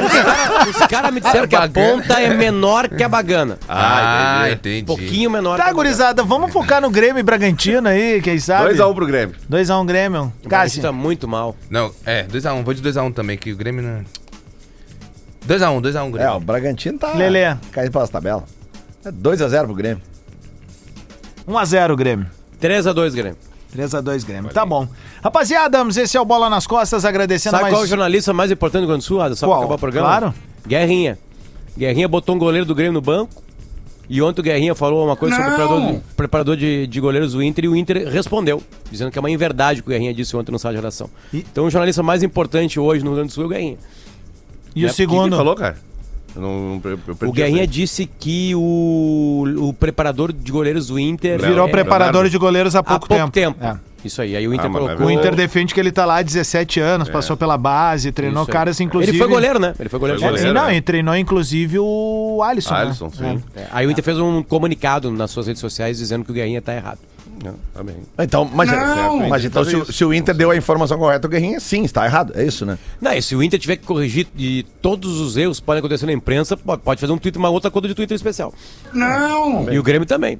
[SPEAKER 5] Os caras me disseram que a
[SPEAKER 4] Bagana.
[SPEAKER 5] ponta é menor que a bagana.
[SPEAKER 6] Ah,
[SPEAKER 4] Ah,
[SPEAKER 6] entendi.
[SPEAKER 4] entendi.
[SPEAKER 5] Um pouquinho
[SPEAKER 2] Tá,
[SPEAKER 5] menor que a bagana.
[SPEAKER 2] gurizada, vamos focar no Grêmio e Bragantino aí, quem sabe?
[SPEAKER 6] 2x1 pro Grêmio.
[SPEAKER 2] 2x1 Grêmio.
[SPEAKER 5] O Cássio
[SPEAKER 2] Cássio.
[SPEAKER 5] tá muito mal.
[SPEAKER 4] um, é- Não, é, 2x1, vou de 2x1 também, que o Grêmio não. 2x1, 2x1,
[SPEAKER 3] É,
[SPEAKER 4] Grêmio.
[SPEAKER 3] o Bragantino tá
[SPEAKER 2] Lelê.
[SPEAKER 3] caindo pelas tabelas. É 2x0 pro Grêmio.
[SPEAKER 5] tá-
[SPEAKER 2] 1x0, Grêmio.
[SPEAKER 5] 3x2, Grêmio.
[SPEAKER 2] 3x2, Grêmio. Tá bom. Rapaziada, esse é o Bola nas Costas, agradecendo
[SPEAKER 5] Sabe
[SPEAKER 2] mais...
[SPEAKER 5] qual é o jornalista mais importante do Rio Grande do Sul, Adam? Só
[SPEAKER 2] Qual?
[SPEAKER 5] pra acabar o programa?
[SPEAKER 2] Claro.
[SPEAKER 5] Guerrinha. Guerrinha botou um goleiro do Grêmio no banco. E ontem o Guerrinha falou uma coisa sobre o preparador, preparador de, de goleiros do Inter e o Inter respondeu, dizendo que é uma inverdade o que o Guerrinha disse ontem no sala de redação.
[SPEAKER 2] E-
[SPEAKER 5] Então o jornalista mais importante hoje no Rio Grande do Sul é o Guerrinha.
[SPEAKER 2] E o
[SPEAKER 5] É,
[SPEAKER 6] O que que
[SPEAKER 2] segundo...
[SPEAKER 6] falou, cara? Eu não, eu- eu perdi
[SPEAKER 5] O
[SPEAKER 6] essa
[SPEAKER 5] Guerrinha
[SPEAKER 3] é
[SPEAKER 6] aí.
[SPEAKER 5] disse que o, o preparador de goleiros do Inter
[SPEAKER 6] Não,
[SPEAKER 2] Virou
[SPEAKER 6] é,
[SPEAKER 2] preparador
[SPEAKER 6] Leonardo.
[SPEAKER 2] de goleiros há pouco tempo. É.
[SPEAKER 5] Isso aí. Aí o Inter
[SPEAKER 6] Ah, mas
[SPEAKER 5] colocou.
[SPEAKER 2] O
[SPEAKER 6] O-
[SPEAKER 2] Inter defende que ele tá lá há 17 anos, passou pela base, treinou
[SPEAKER 5] É. Isso aí.
[SPEAKER 2] caras, inclusive...
[SPEAKER 5] Ele foi goleiro, né? Ele foi goleiro.
[SPEAKER 6] Foi
[SPEAKER 5] de
[SPEAKER 6] goleiro.
[SPEAKER 2] É, não, e treinou inclusive o Alisson. né?
[SPEAKER 6] Alisson, sim.
[SPEAKER 5] É, Aí o Inter fez um comunicado nas suas redes sociais dizendo que o Guerrinha tá errado.
[SPEAKER 6] Não, tá bem.
[SPEAKER 3] Então, mas,
[SPEAKER 6] Não!
[SPEAKER 3] mas então se, o- se o Inter deu a informação correta, o Guerrinha sim, está errado. É isso, né?
[SPEAKER 5] Não, e se o Inter tiver que corrigir de todos os erros que podem acontecer na imprensa, po- pode fazer um tweet, uma outra conta de Twitter especial. Não! E o Grêmio também.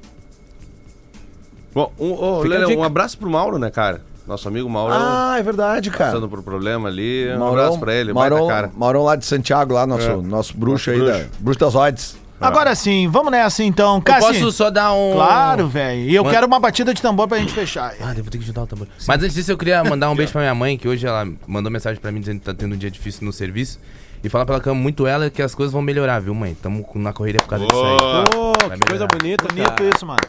[SPEAKER 6] Bom, um, ô,
[SPEAKER 5] Fica a
[SPEAKER 6] Lelê,
[SPEAKER 5] dica. Ah.
[SPEAKER 6] um abraço pro Mauro, né, cara? Nosso amigo Mauro.
[SPEAKER 3] é verdade,
[SPEAKER 6] Passando por problema ali. Um abraço pra ele,
[SPEAKER 3] Maurão,
[SPEAKER 6] baita cara. É.
[SPEAKER 3] Maurão lá de Santiago, lá, nosso, nosso bruxo aí,
[SPEAKER 6] bruxo.
[SPEAKER 3] Da, bruxo das odds.
[SPEAKER 2] Agora sim, vamos nessa então.
[SPEAKER 4] Eu
[SPEAKER 2] Cassi,
[SPEAKER 5] assim,
[SPEAKER 4] posso só dar um...
[SPEAKER 2] claro, velho. E eu
[SPEAKER 4] Mano.
[SPEAKER 2] quero uma batida de tambor pra gente fechar. É
[SPEAKER 4] Ah, eu vou ter que juntar o tambor. Mas antes disso, eu queria mandar um beijo pra minha mãe, que hoje ela mandou mensagem pra mim dizendo que tá tendo um dia difícil no serviço. E falar pra ela que eu amo muito ela e que as coisas vão melhorar, viu, mãe? Tamo com- na correria por causa disso aí.
[SPEAKER 5] Pô,
[SPEAKER 4] Vai
[SPEAKER 5] que coisa
[SPEAKER 4] melhorar.
[SPEAKER 5] bonita,
[SPEAKER 2] Bonito
[SPEAKER 5] cara.
[SPEAKER 2] isso, mano.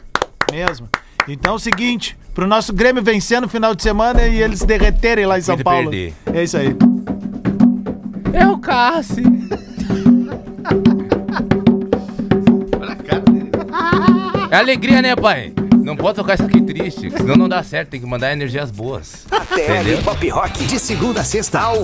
[SPEAKER 2] Mesmo. Então é o seguinte, pro nosso Grêmio vencer no final de semana e eles derreterem lá em São
[SPEAKER 4] Grêmio
[SPEAKER 2] Paulo.
[SPEAKER 4] perder.
[SPEAKER 2] É isso aí.
[SPEAKER 4] É o Cassi.
[SPEAKER 6] Olha a cara dele.
[SPEAKER 4] É alegria, né, pai? Não pode tocar isso aqui triste, que senão não dá certo. Tem que mandar energias boas.
[SPEAKER 8] ATL Pop Rock, de segunda a sexta, ao